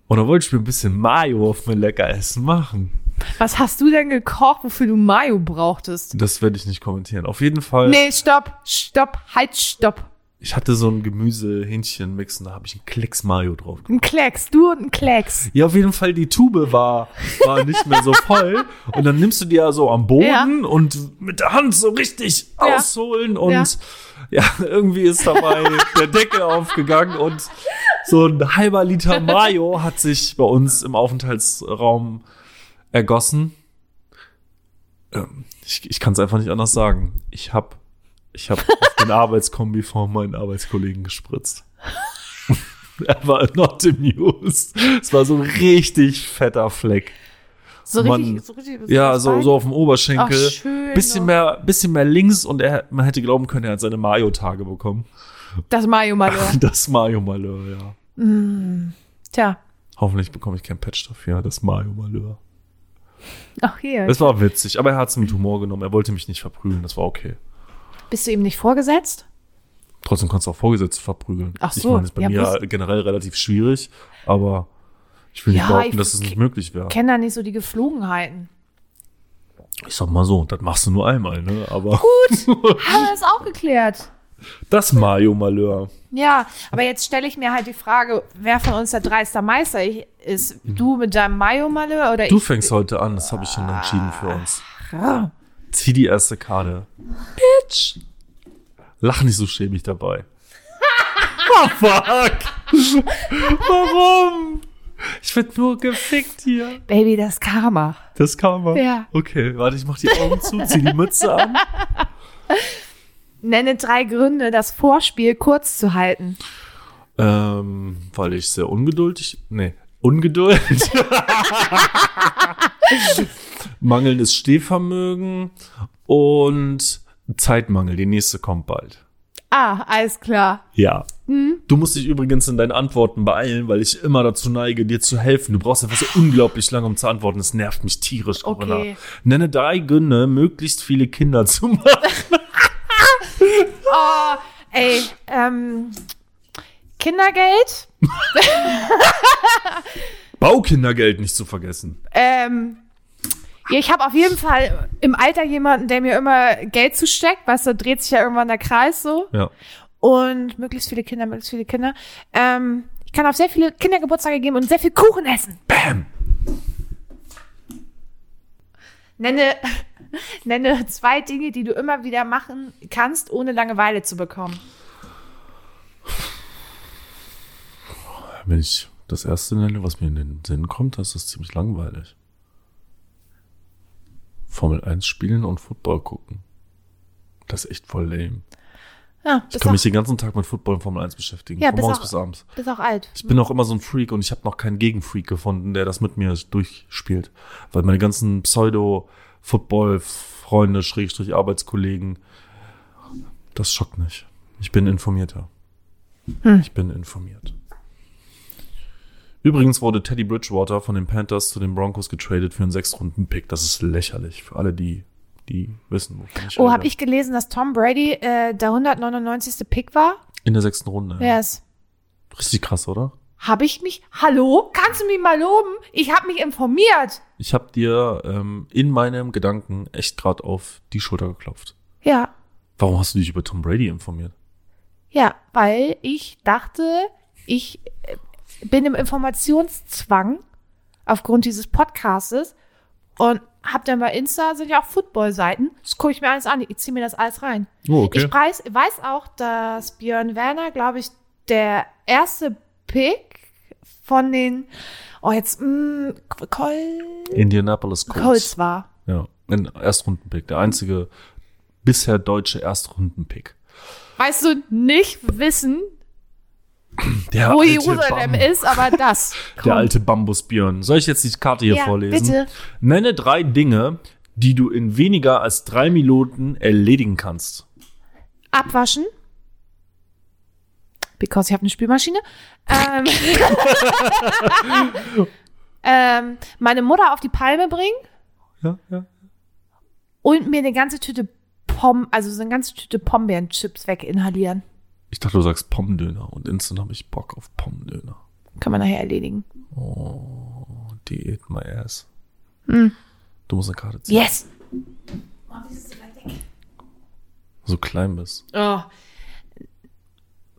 Speaker 1: und da wollte ich mir ein bisschen Mayo auf mein Leckeressen machen.
Speaker 2: Was hast du denn gekocht, wofür du Mayo brauchtest?
Speaker 1: Das werde ich nicht kommentieren. Auf jeden Fall,
Speaker 2: Nee, stopp, stopp, halt, stopp.
Speaker 1: ich hatte so ein Gemüse-Hähnchen-Mix und da habe ich einen Klecks Mayo drauf.
Speaker 2: Ein Klecks, du und ein Klecks.
Speaker 1: Ja, auf jeden Fall, die Tube war, war nicht mehr so voll. Und dann nimmst du die ja so am Boden
Speaker 2: Ja.
Speaker 1: und mit der Hand so richtig
Speaker 2: Ja.
Speaker 1: ausholen und ja. irgendwie ist dabei der Deckel aufgegangen und so ein halber Liter Mayo hat sich bei uns im Aufenthaltsraum ergossen. Ähm, Ich, ich kann es einfach nicht anders sagen. Ich hab, ich hab auf den Arbeitskombi von meinen Arbeitskollegen gespritzt. Er war not amused. Es war so ein richtig fetter Fleck.
Speaker 2: So
Speaker 1: Mann.
Speaker 2: richtig, so richtig. So
Speaker 1: Ja, so, so auf dem Oberschenkel.
Speaker 2: Ach, schön, oh.
Speaker 1: bisschen
Speaker 2: doch.
Speaker 1: mehr, bisschen mehr links und er, man hätte glauben können, er hat seine Mayo-Tage bekommen.
Speaker 2: Das Mayo Malheur.
Speaker 1: Das Mayo-Malheur, ja.
Speaker 2: Tja,
Speaker 1: Hoffentlich bekomme ich kein Patch dafür, das Mayo-Malheur.
Speaker 2: auch hier.
Speaker 1: Es war witzig, aber er hat es mit Humor genommen. Er wollte mich nicht verprügeln, das war okay.
Speaker 2: Bist du ihm nicht vorgesetzt?
Speaker 1: Trotzdem kannst du auch Vorgesetzte verprügeln.
Speaker 2: Ach
Speaker 1: Ich
Speaker 2: so,
Speaker 1: meine, ist bei
Speaker 2: ja,
Speaker 1: mir
Speaker 2: bloß-
Speaker 1: generell relativ schwierig, aber ich will
Speaker 2: Ja,
Speaker 1: nicht behaupten,
Speaker 2: ich-
Speaker 1: dass es nicht möglich wäre.
Speaker 2: Kenn da nicht so die Geflogenheiten.
Speaker 1: Ich sag mal so, das machst du nur einmal, ne? Aber
Speaker 2: Haben wir das auch geklärt?
Speaker 1: das Mayo-Malheur.
Speaker 2: Ja, aber jetzt stelle ich mir halt die Frage, wer von uns der dreister Meister ich- ist. Du mit deinem Mayo-Malle oder
Speaker 1: Mhm. Du
Speaker 2: ich?
Speaker 1: fängst heute an, das habe ich schon entschieden für uns. Zieh die erste Karte. Bitch! Lach nicht so schäbig dabei. oh, fuck! Warum? Ich werd nur gefickt hier.
Speaker 2: Baby, das Karma.
Speaker 1: Das Karma.
Speaker 2: Ja.
Speaker 1: Okay, warte, ich mach die Augen zu, zieh die Mütze an.
Speaker 2: Nenne drei Gründe, das Vorspiel kurz zu halten.
Speaker 1: Ähm, weil ich sehr ungeduldig. Nee, Ungeduld. Mangelndes Stehvermögen und Zeitmangel. Die nächste kommt bald.
Speaker 2: Ah, alles klar.
Speaker 1: Ja. Du musst dich übrigens in deinen Antworten beeilen, weil ich immer dazu neige, dir zu helfen. Du brauchst einfach so unglaublich lange, um zu antworten. Das nervt mich tierisch, Corinna.
Speaker 2: Okay.
Speaker 1: Nenne drei Gründe, möglichst viele Kinder zu machen.
Speaker 2: Oh, ey, ähm, Kindergeld,
Speaker 1: Baukindergeld nicht zu vergessen.
Speaker 2: ähm, ja, ich habe auf jeden Fall im Alter jemanden, der mir immer Geld zusteckt, weißt du, dreht sich ja irgendwann der Kreis so.
Speaker 1: Ja.
Speaker 2: Und möglichst viele Kinder, möglichst viele Kinder. Ähm, ich kann auf sehr viele Kindergeburtstage gehen und sehr viel Kuchen essen.
Speaker 1: Bam!
Speaker 2: Nenne, nenne zwei Dinge, die du immer wieder machen kannst, ohne Langeweile zu bekommen.
Speaker 1: Wenn ich das erste nenne, was mir in den Sinn kommt, das ist ziemlich langweilig. Formel 1 spielen und Football gucken. Das ist echt voll lame.
Speaker 2: Ja,
Speaker 1: Ich
Speaker 2: bist,
Speaker 1: kann
Speaker 2: auch,
Speaker 1: mich den ganzen Tag mit Football und Formel 1 beschäftigen.
Speaker 2: Ja,
Speaker 1: von
Speaker 2: bis
Speaker 1: morgens
Speaker 2: auch-
Speaker 1: bis abends.
Speaker 2: bist auch alt.
Speaker 1: Ich bin auch immer so ein Freak und ich habe noch keinen Gegenfreak gefunden, der das mit mir durchspielt. Weil meine ganzen Pseudo-Football-Freunde, Schrägstrich Arbeitskollegen, das schockt nicht. Ich bin informierter.
Speaker 2: Hm.
Speaker 1: Ich bin informiert. Übrigens wurde Teddy Bridgewater von den Panthers zu den Broncos getradet für einen Sechstrunden-Pick. Das ist lächerlich für alle, die die wissen, wovon ich
Speaker 2: Oh,
Speaker 1: rede.
Speaker 2: habe ich gelesen, dass Tom Brady äh, der 199. Pick war?
Speaker 1: In der sechsten Runde.
Speaker 2: Yes.
Speaker 1: Richtig krass, oder?
Speaker 2: Habe ich mich. Hallo? Kannst du mich mal loben? Ich habe mich informiert.
Speaker 1: Ich habe dir ähm, in meinem Gedanken echt gerade auf die Schulter geklopft.
Speaker 2: Ja.
Speaker 1: Warum hast du dich über Tom Brady informiert?
Speaker 2: Ja, weil ich dachte, ich äh, bin im Informationszwang aufgrund dieses Podcastes und hab dann bei Insta sind ja auch Football-Seiten. Das gucke ich mir alles an. Ich ziehe mir das alles rein.
Speaker 1: Oh,
Speaker 2: Ich preis, weiß auch, dass Björn Werner, glaube ich, der erste Pick von den, oh jetzt, mm, Col
Speaker 1: Indianapolis Colts.
Speaker 2: Colts war.
Speaker 1: Ja, ein Erstrundenpick. Der einzige bisher deutsche Erstrundenpick.
Speaker 2: Weißt du, nicht wissen,
Speaker 1: Der
Speaker 2: wo
Speaker 1: alte
Speaker 2: Jerusalem
Speaker 1: Bam-
Speaker 2: ist, aber das.
Speaker 1: Der
Speaker 2: kommt.
Speaker 1: alte Bambusbjörn. Soll ich jetzt die Karte hier
Speaker 2: Ja,
Speaker 1: vorlesen?
Speaker 2: bitte.
Speaker 1: Nenne drei Dinge, die du in weniger als drei Minuten erledigen kannst.
Speaker 2: Abwaschen. Because ich habe eine Spülmaschine. Ähm, ähm, meine Mutter auf die Palme bringen
Speaker 1: Ja, ja.
Speaker 2: und mir eine ganze Tüte Pom, also so eine ganze Tüte Pombeerenchips weginhalieren.
Speaker 1: Ich dachte, du sagst Pommdöner und instant habe ich Bock auf Pommdöner.
Speaker 2: Kann man nachher erledigen.
Speaker 1: Diät my ass.
Speaker 2: Hm.
Speaker 1: Du musst eine Karte ziehen.
Speaker 2: Yes!
Speaker 1: So klein bist.
Speaker 2: Oh.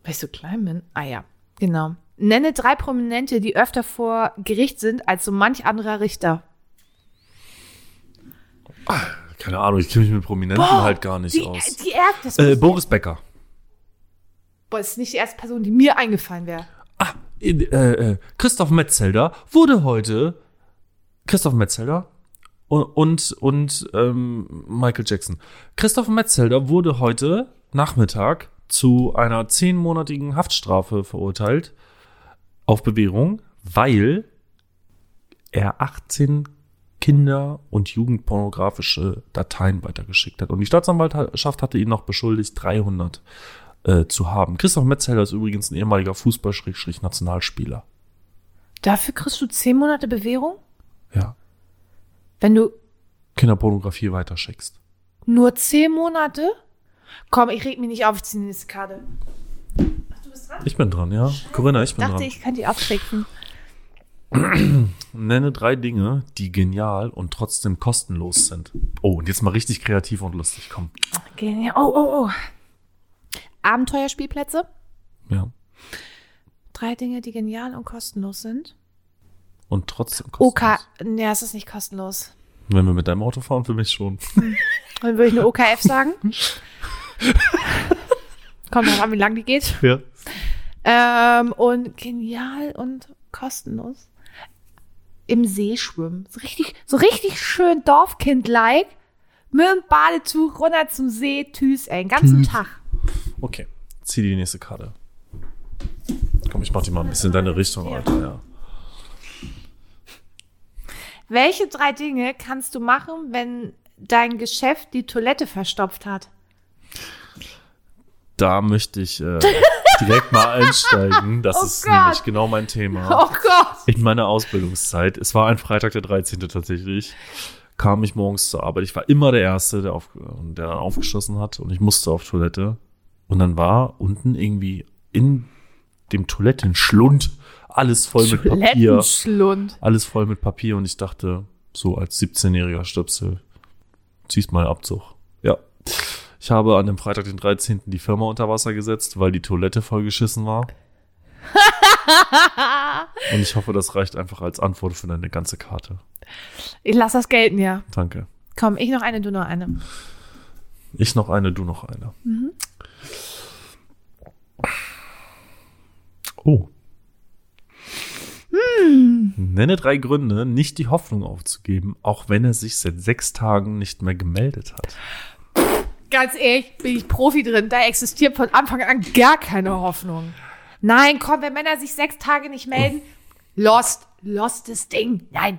Speaker 2: Weil ich so klein bin? Ah ja, genau. Nenne drei Prominente, die öfter vor Gericht sind als so manch anderer Richter.
Speaker 1: Keine Ahnung, ich kenne mich mit Prominenten halt gar nicht
Speaker 2: die,
Speaker 1: aus.
Speaker 2: Die erste, das
Speaker 1: äh,
Speaker 2: äh,
Speaker 1: Boris Becker.
Speaker 2: Boah, das ist nicht die erste Person, die mir eingefallen wäre.
Speaker 1: Ah, äh, äh, Christoph Metzelder wurde heute Christoph Metzelder und und, und ähm, Michael Jackson. Christoph Metzelder wurde heute Nachmittag zu einer zehnmonatigen Haftstrafe verurteilt auf Bewährung, weil er 18 Kinder- und Jugendpornografische Dateien weitergeschickt hat. Und die Staatsanwaltschaft hatte ihn noch beschuldigt, 300 äh, zu haben. Christoph Metzelder ist übrigens ein ehemaliger Fußball-Nationalspieler.
Speaker 2: Dafür kriegst du zehn Monate Bewährung?
Speaker 1: Ja.
Speaker 2: Wenn du
Speaker 1: Kinderpornografie weiterschickst.
Speaker 2: nur zehn Monate? Komm, ich reg mich nicht auf, ich ziehe die nächste Karte. Ach, du bist dran?
Speaker 1: Ich bin dran, ja. Corinna, ich
Speaker 2: Ich
Speaker 1: bin
Speaker 2: dachte,
Speaker 1: dran.
Speaker 2: ich könnte die auftreten.
Speaker 1: Nenne drei Dinge, die genial und trotzdem kostenlos sind. Oh, und jetzt mal richtig kreativ und lustig, komm.
Speaker 2: Genial. Oh, oh, oh. Abenteuerspielplätze?
Speaker 1: Ja.
Speaker 2: Drei Dinge, die genial und kostenlos sind.
Speaker 1: Und trotzdem kostenlos.
Speaker 2: OK. Nee, es ist nicht kostenlos.
Speaker 1: Wenn wir mit deinem Auto fahren, für mich schon.
Speaker 2: Dann würde ich eine OKF sagen. Kommt drauf an, wie lang die geht.
Speaker 1: Ja.
Speaker 2: Ähm, und genial und kostenlos. Im See schwimmen. So richtig, so richtig schön Dorfkind-like. Mit dem Badetuch runter zum See. Tschüss, ey. Den ganzen Tag.
Speaker 1: Okay. Zieh die nächste Karte. Komm, ich mach die mal ein bisschen in deine Richtung, Alter, ja.
Speaker 2: Welche drei Dinge kannst du machen, wenn dein Geschäft die Toilette verstopft hat?
Speaker 1: Da möchte ich äh, direkt mal einsteigen. Das
Speaker 2: Oh
Speaker 1: ist
Speaker 2: Gott.
Speaker 1: nämlich genau mein Thema.
Speaker 2: Oh Gott.
Speaker 1: In meiner Ausbildungszeit, es war ein Freitag der 13. tatsächlich, kam ich morgens zur Arbeit. Ich war immer der Erste, der, auf, der dann aufgeschlossen hat und ich musste auf Toilette. Und dann war unten irgendwie in dem Toilettenschlund alles voll mit Papier.
Speaker 2: Toilettenschlund.
Speaker 1: Alles voll mit Papier und ich dachte, so als 17-jähriger Stöpsel, ziehst mal Abzug. Ja. Ich habe an dem Freitag, den 13. die Firma unter Wasser gesetzt, weil die Toilette vollgeschissen war. Und ich hoffe, das reicht einfach als Antwort für deine ganze Karte.
Speaker 2: Ich lass das gelten, ja.
Speaker 1: Danke.
Speaker 2: Komm, ich noch eine, du noch eine.
Speaker 1: Ich noch eine, du noch eine.
Speaker 2: Mhm.
Speaker 1: Oh.
Speaker 2: Hm.
Speaker 1: Nenne drei Gründe, nicht die Hoffnung aufzugeben, auch wenn er sich seit sechs Tagen nicht mehr gemeldet hat.
Speaker 2: Ganz ehrlich, bin ich Profi drin. Da existiert von Anfang an gar keine Hoffnung. Nein, komm, wenn Männer sich sechs Tage nicht melden, lost, lost das Ding. Nein.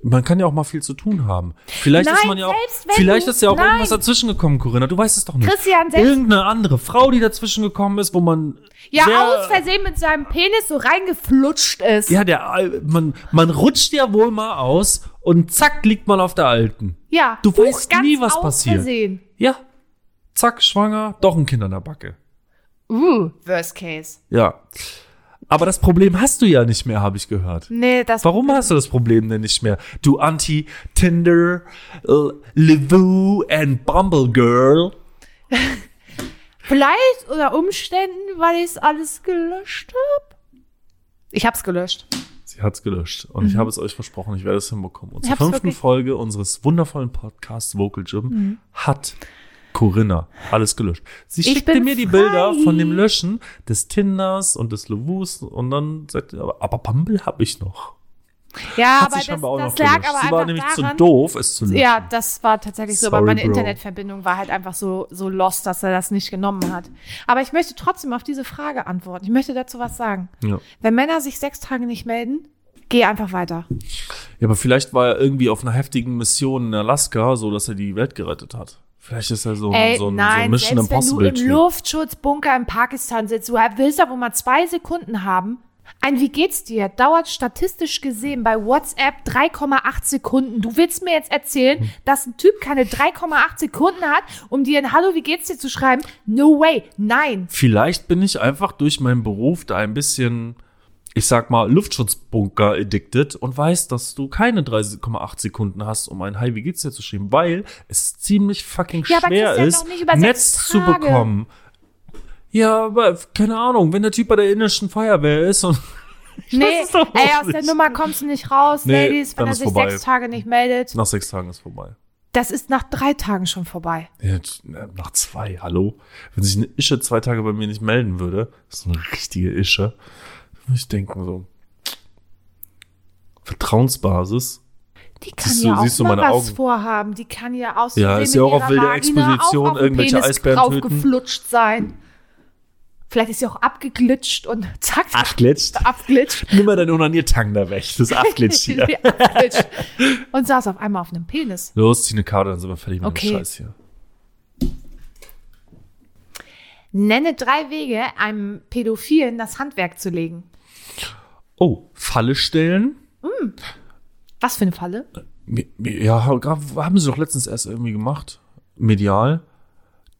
Speaker 1: Man kann ja auch mal viel zu tun haben. Vielleicht ist
Speaker 2: Nein,
Speaker 1: man ja auch,
Speaker 2: selbst wenn
Speaker 1: vielleicht
Speaker 2: du-
Speaker 1: ist ja auch
Speaker 2: nein.
Speaker 1: irgendwas dazwischen gekommen, Corinna. Du weißt es doch nicht.
Speaker 2: Christian, selbst-
Speaker 1: Irgendeine andere Frau, die dazwischen gekommen ist, wo man
Speaker 2: Ja,
Speaker 1: sehr-
Speaker 2: aus Versehen mit seinem Penis so reingeflutscht ist. Ja.
Speaker 1: Ja, der, Al- man, man rutscht ja wohl mal aus und zack liegt man auf der alten. Du weißt
Speaker 2: ganz
Speaker 1: nie, was
Speaker 2: aus
Speaker 1: passiert.
Speaker 2: Versehen.
Speaker 1: Ja, zack, schwanger, doch ein Kind an der Backe.
Speaker 2: Uh, worst case.
Speaker 1: Ja. Aber das Problem hast du ja nicht mehr, habe ich gehört.
Speaker 2: Nee, das
Speaker 1: Warum hast du das Problem denn nicht mehr? Du Anti-Tinder, äh, Levu and Bumble Girl.
Speaker 2: vielleicht unter Umständen, weil ich es alles gelöscht habe. Ich hab's gelöscht.
Speaker 1: Sie hat's gelöscht. Und ich habe es euch versprochen, ich werde es hinbekommen. Und
Speaker 2: Mhm. Ich
Speaker 1: zur
Speaker 2: hab's
Speaker 1: fünften
Speaker 2: wirklich- Mhm.
Speaker 1: Folge unseres wundervollen Podcasts Vocal Gym hat Corinna alles gelöscht. Sie
Speaker 2: Ich
Speaker 1: schickte
Speaker 2: bin
Speaker 1: mir die Bilder
Speaker 2: frei.
Speaker 1: von dem Löschen des Tinders und des Lovus und dann sagte sie, aber, aber Bumble habe ich noch. Hat
Speaker 2: Ja, aber
Speaker 1: sie
Speaker 2: das,
Speaker 1: scheinbar auch noch
Speaker 2: das lag
Speaker 1: gelöscht.
Speaker 2: aber
Speaker 1: Sie
Speaker 2: einfach
Speaker 1: war nämlich
Speaker 2: daran,
Speaker 1: zu doof, es zu löschen.
Speaker 2: Ja, das war tatsächlich so, aber
Speaker 1: Sorry,
Speaker 2: meine
Speaker 1: Bro.
Speaker 2: Internetverbindung war halt einfach so, so lost, dass er das nicht genommen hat. Aber ich möchte trotzdem auf diese Frage antworten. Ich möchte dazu was sagen.
Speaker 1: Ja.
Speaker 2: Wenn Männer sich sechs Tage nicht melden, geh einfach weiter.
Speaker 1: Ja, aber vielleicht war er irgendwie auf einer heftigen Mission in Alaska, so dass er die Welt gerettet hat. Vielleicht ist er so, ein-
Speaker 2: Ey,
Speaker 1: so, ein, so ein
Speaker 2: nein,
Speaker 1: Mission
Speaker 2: selbst wenn du
Speaker 1: Impossible
Speaker 2: im
Speaker 1: Typ.
Speaker 2: Luftschutzbunker in Pakistan sitzt, du willst doch wohl mal zwei Sekunden haben. Ein Wie geht's dir? Dauert statistisch gesehen bei WhatsApp 3,8 Sekunden. Du willst mir jetzt
Speaker 1: Hm.
Speaker 2: erzählen, dass ein Typ keine 3,8 Sekunden hat, um dir ein Hallo, wie geht's dir zu schreiben? No way. Nein.
Speaker 1: Vielleicht bin ich einfach durch meinen Beruf da ein bisschen, ich sag mal, Luftschutzbunker addicted und weiß, dass du keine 3,8 Sekunden hast, um ein Hi, wie geht's dir zu schreiben, weil es ziemlich fucking
Speaker 2: Ja, aber
Speaker 1: schwer
Speaker 2: Christian,
Speaker 1: ist,
Speaker 2: doch nicht über
Speaker 1: Netz
Speaker 2: sechs
Speaker 1: zu
Speaker 2: Tage.
Speaker 1: bekommen. Ja, aber keine Ahnung, wenn der Typ bei der indischen Feuerwehr ist und
Speaker 2: nee,
Speaker 1: weiß es doch
Speaker 2: ey,
Speaker 1: auch
Speaker 2: aus der
Speaker 1: nicht.
Speaker 2: Nummer kommst du nicht raus,
Speaker 1: Nee,
Speaker 2: Ladies, wenn
Speaker 1: dann
Speaker 2: er
Speaker 1: ist
Speaker 2: sich
Speaker 1: vorbei.
Speaker 2: sechs Tage nicht meldet.
Speaker 1: nach sechs Tagen ist vorbei.
Speaker 2: Das ist nach drei Tagen schon vorbei.
Speaker 1: Ja, Nach zwei, hallo. Wenn sich eine Ische zwei Tage bei mir nicht melden würde, das ist eine richtige Ische, würde ich denken so. Vertrauensbasis.
Speaker 2: Die kann
Speaker 1: Siehst
Speaker 2: ja
Speaker 1: du-
Speaker 2: auch
Speaker 1: siehst du
Speaker 2: mal
Speaker 1: meine
Speaker 2: was
Speaker 1: Augen?
Speaker 2: vorhaben. Die kann ja aus
Speaker 1: Ja,
Speaker 2: Versehen
Speaker 1: ist ja
Speaker 2: mit
Speaker 1: auch auf
Speaker 2: ihrer
Speaker 1: wilde
Speaker 2: Vagina
Speaker 1: Expedition
Speaker 2: auch auf den
Speaker 1: irgendwelche
Speaker 2: Penis
Speaker 1: Eisbären töten.
Speaker 2: draufgeflutscht sein. Vielleicht ist sie auch abgeglitscht und zack,
Speaker 1: Abglitscht.
Speaker 2: abglitscht.
Speaker 1: Nimm mal deinen Onaniertang da weg. Das abglitscht hier.
Speaker 2: abglitscht. Und saß auf einmal auf einem Penis.
Speaker 1: Los, zieh eine Karte, dann sind wir fertig mit
Speaker 2: Okay.
Speaker 1: dem Scheiß hier.
Speaker 2: Nenne drei Wege, einem Pädophilen das Handwerk zu legen.
Speaker 1: Oh, Falle stellen.
Speaker 2: Was für eine Falle?
Speaker 1: Ja, haben sie doch letztens erst irgendwie gemacht, medial,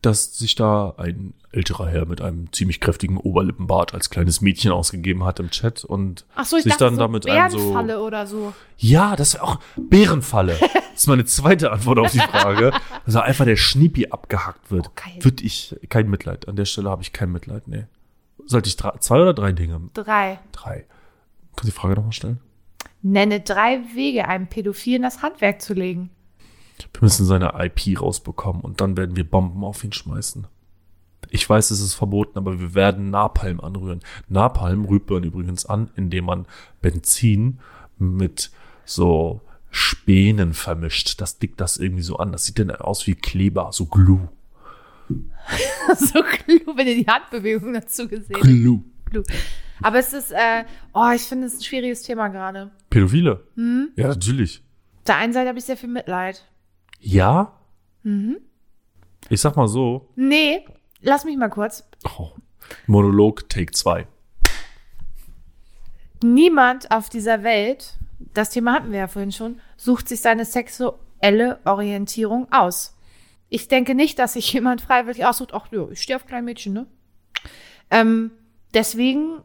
Speaker 1: dass sich da ein älterer Herr mit einem ziemlich kräftigen Oberlippenbart als kleines Mädchen ausgegeben hat im Chat und
Speaker 2: Ach so, ich
Speaker 1: sich
Speaker 2: dachte
Speaker 1: dann
Speaker 2: so
Speaker 1: damit einem so.
Speaker 2: Bärenfalle oder so.
Speaker 1: Ja, das wäre auch Bärenfalle. Das ist meine zweite Antwort auf die Frage. Also einfach der Schniepi abgehackt wird.
Speaker 2: Oh, geil.
Speaker 1: Würde ich kein Mitleid. An der Stelle habe ich kein Mitleid, nee. Sollte ich drei, zwei oder drei Dinge?
Speaker 2: Drei.
Speaker 1: Drei. Kannst du die Frage nochmal stellen?
Speaker 2: Nenne drei Wege, einem Pädophilen das Handwerk zu legen.
Speaker 1: Wir müssen seine IP rausbekommen und dann werden wir Bomben auf ihn schmeißen. Ich weiß, es ist verboten, aber wir werden Napalm anrühren. Napalm rührt man übrigens an, indem man Benzin mit so Spänen vermischt. Das dickt das irgendwie so an. Das sieht dann aus wie Kleber, so Glue.
Speaker 2: so klug, wenn ihr die Handbewegung dazu gesehen habt.
Speaker 1: Glue.
Speaker 2: Klug. Aber es ist, äh, oh, ich finde es ist ein schwieriges Thema gerade.
Speaker 1: Pädophile? Ja, natürlich.
Speaker 2: Auf der einen Seite habe ich sehr viel Mitleid.
Speaker 1: Ja? Ich sag mal so,
Speaker 2: Nee, lass mich mal kurz.
Speaker 1: oh, Monolog Take 2.
Speaker 2: Niemand auf dieser Welt, das Thema hatten wir ja vorhin schon, sucht sich seine sexuelle Orientierung aus. Ich denke nicht, dass sich jemand freiwillig aussucht, ach ja, ich stehe auf kleine Mädchen, ne? Ähm, deswegen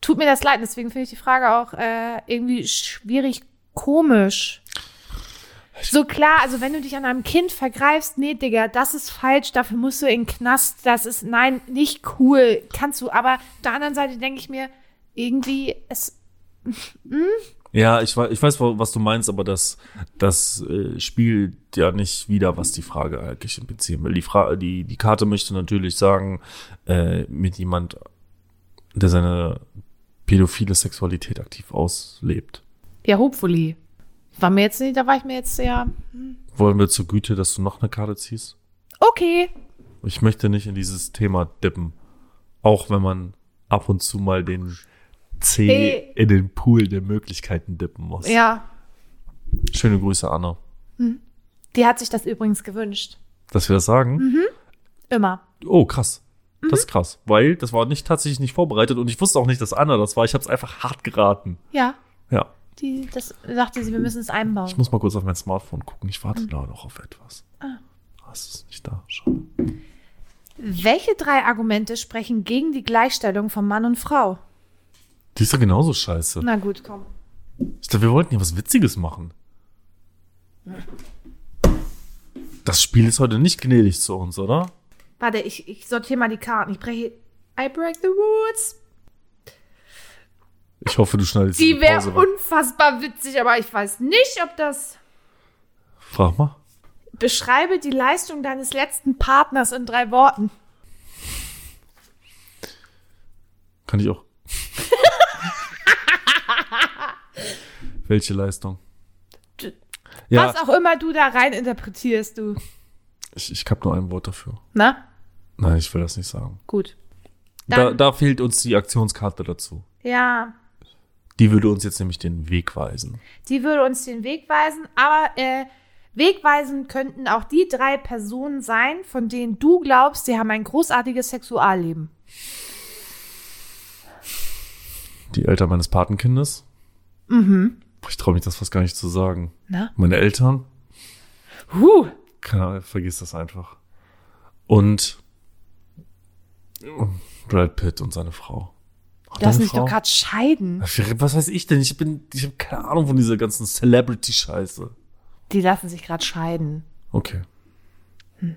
Speaker 2: tut mir das leid, deswegen finde ich die Frage auch äh, irgendwie schwierig komisch. So klar, also wenn du dich an einem Kind vergreifst, nee, Digga, das ist falsch, dafür musst du in den Knast, das ist, nein, nicht cool, kannst du. Aber auf der anderen Seite denke ich mir, irgendwie, es,
Speaker 1: Ja, ich weiß, ich weiß, wa- was du meinst, aber das, das äh, spielt ja nicht wieder, was die Frage eigentlich implizieren will. Die, Fra die, die Karte möchte natürlich sagen, äh, mit jemand, der seine pädophile Sexualität aktiv auslebt.
Speaker 2: ja, hopefully. War mir jetzt nicht, da war ich mir jetzt sehr,
Speaker 1: Wollen wir zur Güte, dass du noch eine Karte ziehst?
Speaker 2: okay.
Speaker 1: Ich möchte nicht in dieses Thema dippen. Auch wenn man ab und zu mal den C
Speaker 2: Hey.
Speaker 1: in den Pool der Möglichkeiten dippen muss.
Speaker 2: Ja,
Speaker 1: Schöne Grüße, Anne.
Speaker 2: Die hat sich das übrigens gewünscht.
Speaker 1: Dass wir das sagen.
Speaker 2: Immer.
Speaker 1: Oh, krass. Das
Speaker 2: Mhm.
Speaker 1: ist krass, weil das war nicht tatsächlich nicht vorbereitet und ich wusste auch nicht, dass Anna das war. Ich habe es einfach hart geraten.
Speaker 2: Ja.
Speaker 1: Ja,
Speaker 2: Die, das sagte sie, wir müssen es einbauen.
Speaker 1: ich muss mal kurz auf mein Smartphone gucken. Ich warte da noch auf etwas.
Speaker 2: Mhm. Ah.
Speaker 1: Ah, es ist nicht da. Schade.
Speaker 2: Welche drei Argumente sprechen gegen die Gleichstellung von Mann und Frau?
Speaker 1: Die ist ja genauso scheiße.
Speaker 2: Na gut, komm.
Speaker 1: Ich dachte, wir wollten hier was Witziges machen. Das Spiel ist heute nicht gnädig zu uns, oder?
Speaker 2: Warte, ich, ich sortiere mal die Karten. Ich breche. I break the rules.
Speaker 1: Ich hoffe, du schneidest
Speaker 2: Die
Speaker 1: eine
Speaker 2: wäre
Speaker 1: Pause weg.
Speaker 2: unfassbar witzig, aber ich weiß nicht, ob das.
Speaker 1: Frag mal.
Speaker 2: Beschreibe die Leistung deines letzten Partners in drei Worten.
Speaker 1: Kann ich auch. Welche Leistung?
Speaker 2: D-
Speaker 1: Ja,
Speaker 2: Was auch immer du da rein interpretierst, du.
Speaker 1: ich, ich habe nur ein Wort dafür.
Speaker 2: Na,
Speaker 1: Nein, ich will das nicht sagen.
Speaker 2: gut.
Speaker 1: Da,
Speaker 2: Dann-
Speaker 1: da fehlt uns die Aktionskarte dazu.
Speaker 2: Ja,
Speaker 1: Die würde uns jetzt nämlich den Weg weisen.
Speaker 2: die würde uns den Weg weisen, aber äh, wegweisend könnten auch die drei Personen sein, von denen du glaubst, sie haben ein großartiges Sexualleben.
Speaker 1: Die Eltern meines Patenkindes? Mhm. Ich traue mich das fast gar nicht zu sagen.
Speaker 2: Na?
Speaker 1: Meine Eltern?
Speaker 2: Huh.
Speaker 1: Keine Ahnung, vergiss das einfach. Und Brad Pitt und seine Frau. Auch
Speaker 2: Lass
Speaker 1: deine
Speaker 2: mich doch gerade scheiden.
Speaker 1: Was weiß ich denn? Ich bin, ich habe keine Ahnung von dieser ganzen Celebrity-Scheiße.
Speaker 2: Die lassen sich gerade scheiden.
Speaker 1: Okay.
Speaker 2: Hm.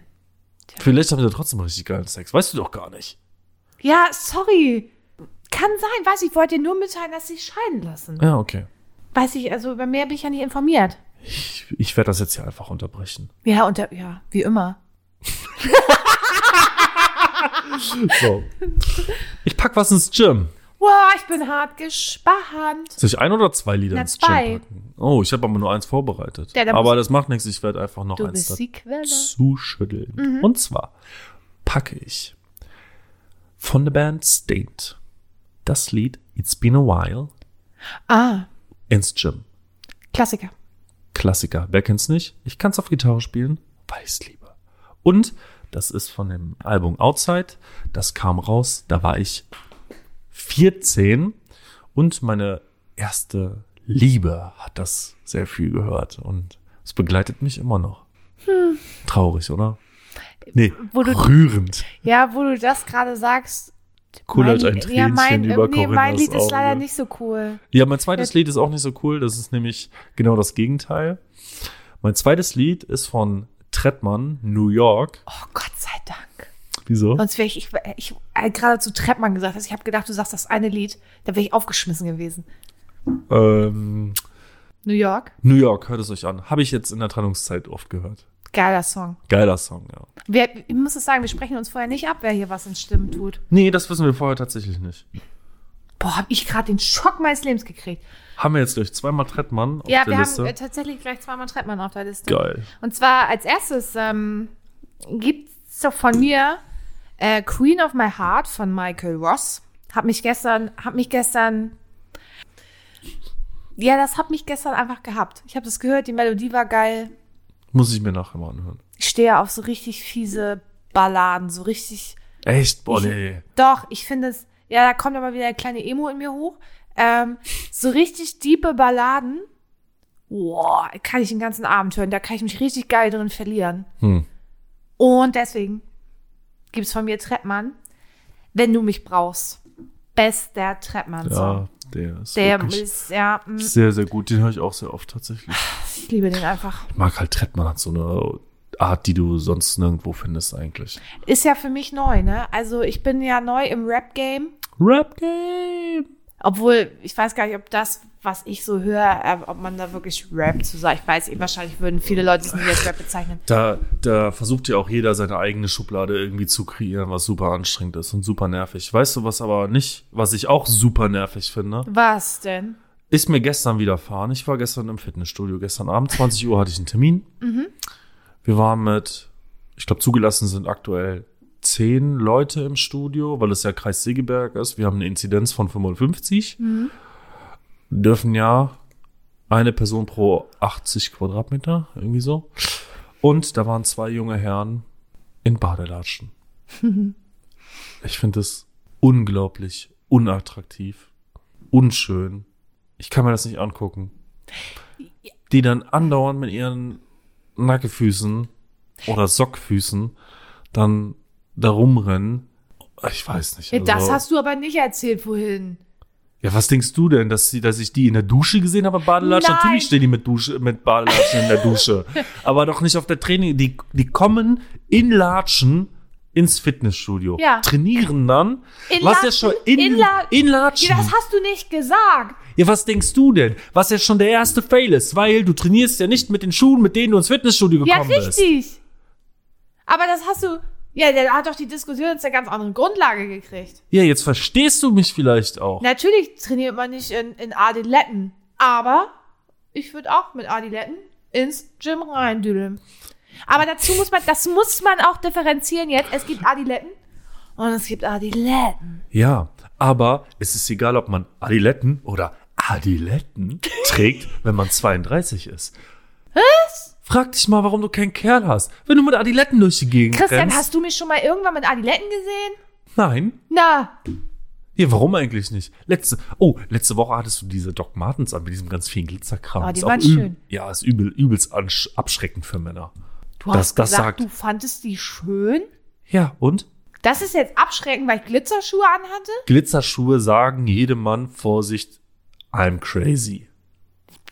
Speaker 1: Vielleicht haben wir trotzdem richtig geilen Sex. Weißt du doch gar nicht.
Speaker 2: Ja, sorry. Kann sein, weiß ich, wollte dir nur mitteilen, dass sie sich scheiden lassen.
Speaker 1: Ja, okay.
Speaker 2: Weiß ich, also über mehr bin ich ja nicht informiert.
Speaker 1: Ich, ich werde das jetzt hier einfach unterbrechen.
Speaker 2: Ja, und der, ja, wie immer.
Speaker 1: So. Ich pack was ins Gym.
Speaker 2: Wow, ich bin hart gespannt.
Speaker 1: Soll ich ein oder zwei Lieder
Speaker 2: Na,
Speaker 1: ins
Speaker 2: zwei.
Speaker 1: Gym packen? Oh, ich habe aber nur eins vorbereitet.
Speaker 2: Ja, dann
Speaker 1: aber
Speaker 2: musst-
Speaker 1: das macht nichts. Ich werde einfach noch
Speaker 2: Du
Speaker 1: eins
Speaker 2: bist ne? Mhm. die Quelle.
Speaker 1: zuschütteln. Und zwar packe ich von der Band Stained das Lied It's Been a While
Speaker 2: Ah,
Speaker 1: ins Gym.
Speaker 2: Klassiker.
Speaker 1: Klassiker. Wer kennt's nicht? Ich kann's auf Gitarre spielen, weil ich's liebe. Und das ist von dem Album Outside. Das kam raus, da war ich 14 und meine erste Liebe hat das sehr viel gehört und es begleitet mich immer noch.
Speaker 2: Hm.
Speaker 1: Traurig, oder?
Speaker 2: Äh,
Speaker 1: Nee,
Speaker 2: Wo du-
Speaker 1: rührend.
Speaker 2: Ja, wo du das gerade sagst.
Speaker 1: Kullert
Speaker 2: mein-
Speaker 1: ein Tränchen
Speaker 2: ja, mein,
Speaker 1: über
Speaker 2: nee, mein
Speaker 1: Corinnas
Speaker 2: Lied ist leider
Speaker 1: Auge.
Speaker 2: nicht so cool.
Speaker 1: Ja, mein zweites Lied ist auch nicht so cool. Das ist nämlich genau das Gegenteil. Mein zweites Lied ist von Trettmann, New York.
Speaker 2: Oh, Gott sei Dank.
Speaker 1: Wieso?
Speaker 2: Sonst wäre ich, ich, ich äh, gerade zu Treppmann gesagt hast. Ich habe gedacht, du sagst das eine Lied. Da wäre ich aufgeschmissen gewesen. Oh.
Speaker 1: Ähm,
Speaker 2: New York,
Speaker 1: New York, hört es euch an. Habe ich jetzt in der Trennungszeit oft gehört.
Speaker 2: geiler Song.
Speaker 1: Geiler Song, ja.
Speaker 2: Wir, ich muss es sagen, wir sprechen uns vorher nicht ab, wer hier was ins Stimmen tut.
Speaker 1: Nee, das wissen wir vorher tatsächlich nicht.
Speaker 2: Boah, habe ich gerade den Schock meines Lebens gekriegt.
Speaker 1: Haben wir jetzt gleich zweimal Trettmann auf
Speaker 2: Ja,
Speaker 1: der
Speaker 2: wir
Speaker 1: Liste?
Speaker 2: haben äh, tatsächlich gleich zweimal Treppmann auf der Liste.
Speaker 1: Geil.
Speaker 2: Und zwar als erstes ähm, gibt es doch von mir äh, Queen of My Heart von Michael Ross. Hat mich gestern, hat mich gestern. Ja, das hat mich gestern einfach gehabt. Ich habe das gehört, die Melodie war geil.
Speaker 1: Muss ich mir nachher mal anhören.
Speaker 2: Ich stehe auf so richtig fiese Balladen, so richtig.
Speaker 1: Echt? Boah, nee.
Speaker 2: Doch, ich finde es. Ja, da kommt aber wieder der kleine Emo in mir hoch. Ähm, so richtig diepe Balladen. Boah, kann ich den ganzen Abend hören. Da kann ich mich richtig geil drin verlieren.
Speaker 1: Hm.
Speaker 2: Und deswegen gibt's von mir Treppmann, wenn du mich brauchst. Bester
Speaker 1: Ja,
Speaker 2: Treppmann-Song.
Speaker 1: der ist
Speaker 2: Der
Speaker 1: wirklich
Speaker 2: ist, ja, mm,
Speaker 1: sehr, sehr gut. Den höre ich auch sehr oft tatsächlich.
Speaker 2: ich liebe den einfach.
Speaker 1: Ich mag halt Trettmann hat so eine Art, die du sonst nirgendwo findest eigentlich.
Speaker 2: Ist ja für mich neu, ne? Also ich bin ja neu im Rap-Game.
Speaker 1: Rap Game.
Speaker 2: Obwohl, ich weiß gar nicht, ob das, was ich so höre, äh, ob man da wirklich Rap zu sagt. Ich weiß eh, wahrscheinlich würden viele Leute es nicht als Rap bezeichnen.
Speaker 1: Da, da versucht ja auch jeder seine eigene Schublade irgendwie zu kreieren, was super anstrengend ist und super nervig. Weißt du, was aber nicht, was ich auch super nervig finde?
Speaker 2: Was denn?
Speaker 1: Ist mir gestern widerfahren. Ich war gestern im Fitnessstudio. Gestern Abend, 20 Uhr, hatte ich einen Termin. Wir waren mit, ich glaube, zugelassen sind aktuell zehn Leute im Studio, weil es ja Kreis Segeberg ist. Wir haben eine Inzidenz von 55. Dürfen ja Eine Person pro 80 Quadratmeter, irgendwie so. Und da waren zwei junge Herren in Badelatschen. ich finde das unglaublich unattraktiv, unschön. Ich kann mir das nicht angucken. Die dann andauernd mit ihren Nackefüßen oder Sockfüßen dann da rumrennen. Ich weiß nicht.
Speaker 2: Ja, Das
Speaker 1: also-
Speaker 2: hast du aber nicht erzählt vorhin.
Speaker 1: ja, was denkst du denn, dass, sie, dass ich die in der Dusche gesehen habe, Badelatschen?
Speaker 2: Nein.
Speaker 1: Natürlich stehen die mit, Dusche, mit Badelatschen in der Dusche. Aber doch nicht auf der Training. Die, die kommen in Latschen ins Fitnessstudio.
Speaker 2: Ja.
Speaker 1: Trainieren dann.
Speaker 2: In
Speaker 1: was
Speaker 2: Latschen,
Speaker 1: ja schon in,
Speaker 2: in
Speaker 1: in,
Speaker 2: La-
Speaker 1: Latschen.
Speaker 2: Ja, das hast du nicht gesagt.
Speaker 1: Ja, was denkst du denn? Was ja schon der erste Fail ist, weil du trainierst ja nicht mit den Schuhen, mit denen du ins Fitnessstudio
Speaker 2: Ja,
Speaker 1: gekommen bist.
Speaker 2: richtig. Aber das hast du. Ja, der hat doch die Diskussion jetzt eine ganz andere Grundlage gekriegt.
Speaker 1: Ja, jetzt verstehst du mich vielleicht auch.
Speaker 2: Natürlich trainiert man nicht in, in Adiletten, aber ich würde auch mit Adiletten ins Gym reindüdeln. Aber dazu muss man, das muss man auch differenzieren jetzt. Es gibt Adiletten und es gibt Adiletten.
Speaker 1: Ja, aber es ist egal, ob man Adiletten oder Adiletten trägt, wenn man 32 ist. Was? Frag dich mal, warum du keinen Kerl hast. Wenn du mit Adiletten durch die Gegend
Speaker 2: Christian,
Speaker 1: rennst.
Speaker 2: hast du mich schon mal irgendwann mit Adiletten gesehen?
Speaker 1: Nein.
Speaker 2: Na,
Speaker 1: Ja, warum eigentlich nicht? Letzte, oh, letzte Woche hattest du diese Doc Martens an mit diesem ganz vielen Glitzerkram.
Speaker 2: Ah, die
Speaker 1: Ist auch
Speaker 2: waren
Speaker 1: üb-
Speaker 2: schön.
Speaker 1: Ja, ist übel, übelst ansch- abschreckend für Männer.
Speaker 2: du
Speaker 1: Das-
Speaker 2: hast
Speaker 1: das sagt-
Speaker 2: gesagt, du fandest die schön.
Speaker 1: Ja, und?
Speaker 2: Das ist jetzt abschreckend, weil ich Glitzerschuhe anhatte?
Speaker 1: Glitzerschuhe sagen jedem Mann, Vorsicht, I'm crazy.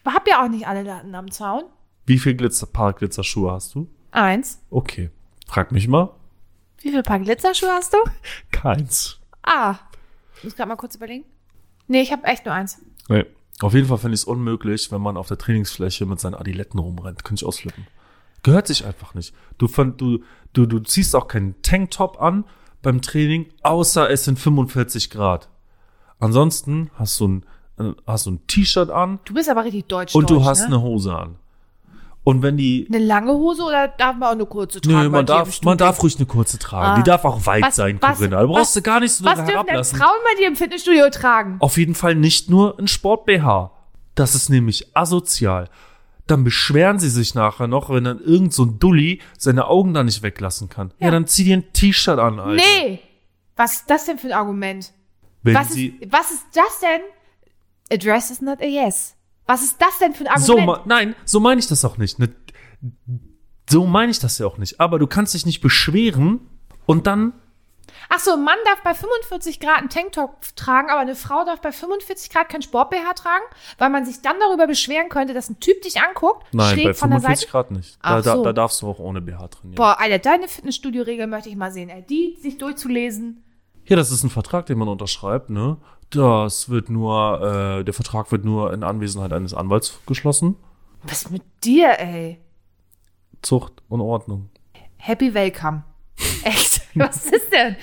Speaker 2: Hab ja auch nicht alle Latten am Zaun.
Speaker 1: Wie viel Glitzer, Paar Glitzerschuhe hast du?
Speaker 2: Eins.
Speaker 1: Okay. Frag mich mal.
Speaker 2: Wie viel Paar Glitzerschuhe hast du?
Speaker 1: Keins.
Speaker 2: Ah. Ich muss gerade mal kurz überlegen. Nee, ich habe echt nur eins.
Speaker 1: Nee. Auf jeden Fall finde ich es unmöglich, wenn man auf der Trainingsfläche mit seinen Adiletten rumrennt. Könnte ich ausflippen. Gehört sich einfach nicht. Du, von, du, du, du ziehst auch keinen Tanktop an beim Training, außer es sind 45 Grad. Ansonsten hast du ein, äh, hast du ein T-Shirt an
Speaker 2: Du bist aber richtig deutsch.
Speaker 1: und du
Speaker 2: deutsch,
Speaker 1: hast
Speaker 2: ne?
Speaker 1: eine Hose an. Und wenn die.
Speaker 2: Eine lange Hose oder darf man auch eine kurze tragen?
Speaker 1: Nö,
Speaker 2: bei
Speaker 1: man
Speaker 2: dir im
Speaker 1: darf,
Speaker 2: Studio?
Speaker 1: man darf ruhig eine kurze tragen.
Speaker 2: Ah.
Speaker 1: Die darf auch weit
Speaker 2: Was-
Speaker 1: sein,
Speaker 2: was-
Speaker 1: Corinna. Du brauchst
Speaker 2: was-
Speaker 1: du gar nicht so
Speaker 2: Was dürfen denn
Speaker 1: herablassen. Oh,
Speaker 2: Frauen bei dir im Fitnessstudio tragen?
Speaker 1: Auf jeden Fall nicht nur ein Sport-BH. Das ist nämlich asozial. Dann beschweren sie sich nachher noch, wenn dann irgend so ein Dulli seine Augen da nicht weglassen kann. Ja,
Speaker 2: Ja.
Speaker 1: dann zieh dir ein T-Shirt an, Alter.
Speaker 2: nee. Was ist das denn für ein Argument?
Speaker 1: Wenn
Speaker 2: Was ist,
Speaker 1: sie
Speaker 2: was ist das denn? A dress is not a yes. Was ist das denn für ein
Speaker 1: so ma-
Speaker 2: Argument?
Speaker 1: nein, so meine ich das auch nicht. Ne, so meine ich das ja auch nicht. Aber du kannst dich nicht beschweren und dann
Speaker 2: Ach so, ein Mann darf bei 45 Grad einen Tanktop tragen, aber eine Frau darf bei 45 Grad kein Sport-BH tragen, weil man sich dann darüber beschweren könnte, dass ein Typ dich anguckt,
Speaker 1: nein, bei
Speaker 2: schräg von der Seite.
Speaker 1: 45 Grad nicht. Da,
Speaker 2: Ach
Speaker 1: da,
Speaker 2: so.
Speaker 1: da darfst du auch ohne BH trainieren.
Speaker 2: Boah, Alter, deine Fitnessstudio-Regel möchte ich mal sehen. Ey, die sich durchzulesen.
Speaker 1: Ja, das ist ein Vertrag, den man unterschreibt, ne? Das wird nur, äh, der Vertrag wird nur in Anwesenheit eines Anwalts geschlossen.
Speaker 2: Was mit dir, ey?
Speaker 1: Zucht und Ordnung.
Speaker 2: Happy Welcome. Echt? Was ist denn?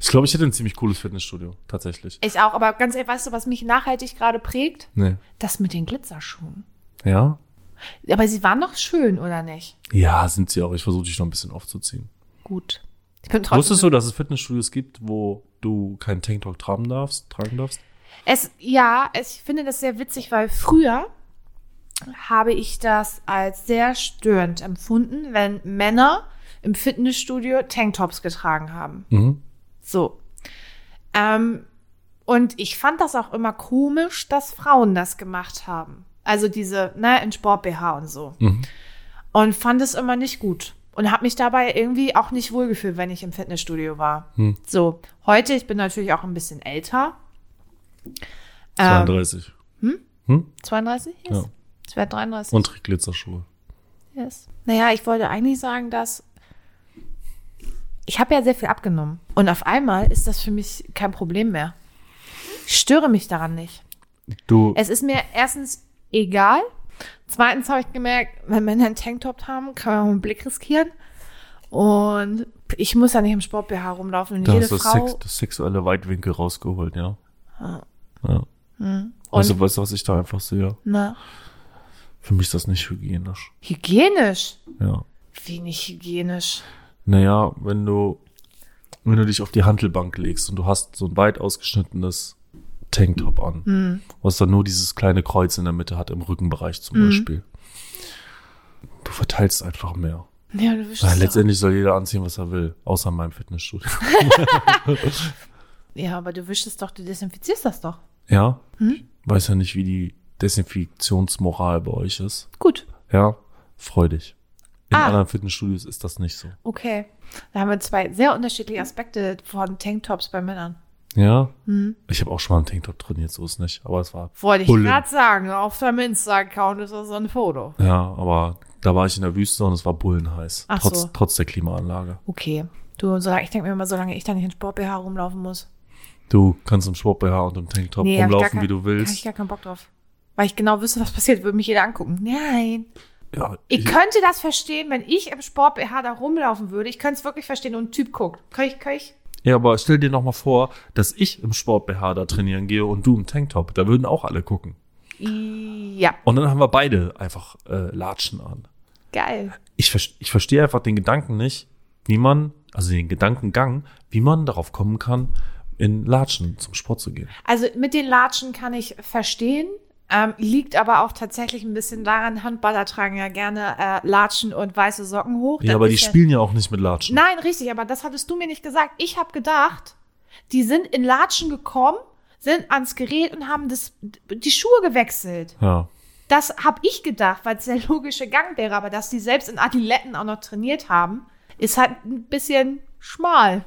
Speaker 1: Ich glaube, ich hätte ein ziemlich cooles Fitnessstudio, tatsächlich.
Speaker 2: Ich auch, aber ganz ehrlich, weißt du, was mich nachhaltig gerade prägt?
Speaker 1: Nee.
Speaker 2: Das mit den Glitzerschuhen.
Speaker 1: Ja?
Speaker 2: Aber sie waren doch schön, oder nicht?
Speaker 1: Ja, sind sie auch. Ich versuche dich noch ein bisschen aufzuziehen.
Speaker 2: Gut. Ich bin trotzdem
Speaker 1: Wusstest du, dass es Fitnessstudios gibt, wo du keinen Tanktop tragen darfst? Tragen darfst?
Speaker 2: Es, ja, es, ich finde das sehr witzig, weil früher habe ich das als sehr störend empfunden, wenn Männer im Fitnessstudio Tanktops getragen haben.
Speaker 1: Mhm.
Speaker 2: So. Ähm, und ich fand das auch immer komisch, dass Frauen das gemacht haben. Also diese, ne, in Sport-BH und so.
Speaker 1: Mhm.
Speaker 2: Und fand es immer nicht gut. Und habe mich dabei irgendwie auch nicht wohlgefühlt, wenn ich im Fitnessstudio war.
Speaker 1: Hm.
Speaker 2: So, heute, ich bin natürlich auch ein bisschen älter. Ähm,
Speaker 1: 32.
Speaker 2: 32 ist?
Speaker 1: Ja.
Speaker 2: Es wäre 33.
Speaker 1: Und trägt Glitzerschuhe.
Speaker 2: Yes. Naja, ich wollte eigentlich sagen, dass ich habe ja sehr viel abgenommen. Und auf einmal ist das für mich kein Problem mehr. Ich störe mich daran nicht.
Speaker 1: Du,
Speaker 2: Es ist mir erstens egal. Zweitens habe ich gemerkt, wenn Männer einen Tanktop haben, kann man auch einen Blick riskieren. Und ich muss ja nicht im Sport-BH rumlaufen. Und
Speaker 1: da
Speaker 2: jede
Speaker 1: hast du das,
Speaker 2: Frau
Speaker 1: Sex, das sexuelle Weitwinkel rausgeholt, ja?
Speaker 2: Ja.
Speaker 1: Ja.
Speaker 2: Hm. und
Speaker 1: Also, weißt du, was ich da einfach sehe?
Speaker 2: na,
Speaker 1: Für mich ist das nicht hygienisch.
Speaker 2: hygienisch.
Speaker 1: Ja.
Speaker 2: Wie nicht hygienisch.
Speaker 1: Naja, wenn du, wenn du dich auf die Hantelbank legst und du hast so ein weit ausgeschnittenes Tanktop an, was dann nur dieses kleine Kreuz in der Mitte hat, im Rückenbereich zum Beispiel. Du verteilst einfach mehr.
Speaker 2: Ja, du wischst
Speaker 1: Weil
Speaker 2: es auch.
Speaker 1: letztendlich soll jeder anziehen, was er will, außer in meinem Fitnessstudio.
Speaker 2: Ja, aber du wischst es doch, du desinfizierst das doch.
Speaker 1: ja? Ich weiß ja nicht, wie die Desinfektionsmoral bei euch ist.
Speaker 2: Gut,
Speaker 1: Ja? Freu dich. In
Speaker 2: Ah.
Speaker 1: anderen Fitnessstudios ist das nicht so.
Speaker 2: okay. Da haben wir zwei sehr unterschiedliche Aspekte von Tanktops bei Männern.
Speaker 1: Ja? Ich habe auch schon mal einen Tanktop trainiert, so ist nicht. Aber es war.
Speaker 2: Wollte ich
Speaker 1: Bullen.
Speaker 2: gerade sagen, auf deinem Insta-Account ist das so ein Foto.
Speaker 1: Ja, aber da war ich in der Wüste und es war bullenheiß.
Speaker 2: Ach
Speaker 1: trotz,
Speaker 2: so.
Speaker 1: trotz der Klimaanlage.
Speaker 2: Okay. Du, solange, ich denke mir immer, solange ich da nicht in Sport-BH rumlaufen muss.
Speaker 1: Du kannst im Sport-BH und im Tanktop
Speaker 2: Nee, hab ich gar
Speaker 1: rumlaufen,
Speaker 2: kein-
Speaker 1: wie du
Speaker 2: Kann ich
Speaker 1: willst.
Speaker 2: gar keinen Bock drauf. Weil ich genau wüsste, was passiert, würde mich jeder angucken. Nein.
Speaker 1: Ja,
Speaker 2: Ich,
Speaker 1: ich,
Speaker 2: könnte das verstehen, wenn ich im Sport-BH da rumlaufen würde. Ich könnte es wirklich verstehen und ein Typ guckt. Kann ich, kann ich?
Speaker 1: ja, aber stell dir noch mal vor, dass ich im Sport-BH da trainieren gehe und du im Tanktop. Da würden auch alle gucken.
Speaker 2: Ja,
Speaker 1: Und dann haben wir beide einfach äh, Latschen an.
Speaker 2: geil.
Speaker 1: Ich, ver- ich verstehe einfach den Gedanken nicht, wie man, also den Gedankengang, wie man darauf kommen kann, in Latschen zum Sport zu gehen.
Speaker 2: Also mit den Latschen kann ich verstehen. Ähm, liegt aber auch tatsächlich ein bisschen daran, Handballer tragen ja gerne äh, Latschen und weiße Socken hoch.
Speaker 1: Ja,
Speaker 2: Dann
Speaker 1: aber
Speaker 2: ist
Speaker 1: die spielen ja auch nicht mit Latschen.
Speaker 2: Nein, richtig, aber das hattest du mir nicht gesagt. Ich habe gedacht, die sind in Latschen gekommen, sind ans Gerät und haben das, die Schuhe gewechselt.
Speaker 1: Ja.
Speaker 2: Das habe ich gedacht, weil es der logische Gang wäre, aber dass die selbst in Adiletten auch noch trainiert haben, ist halt ein bisschen schmal.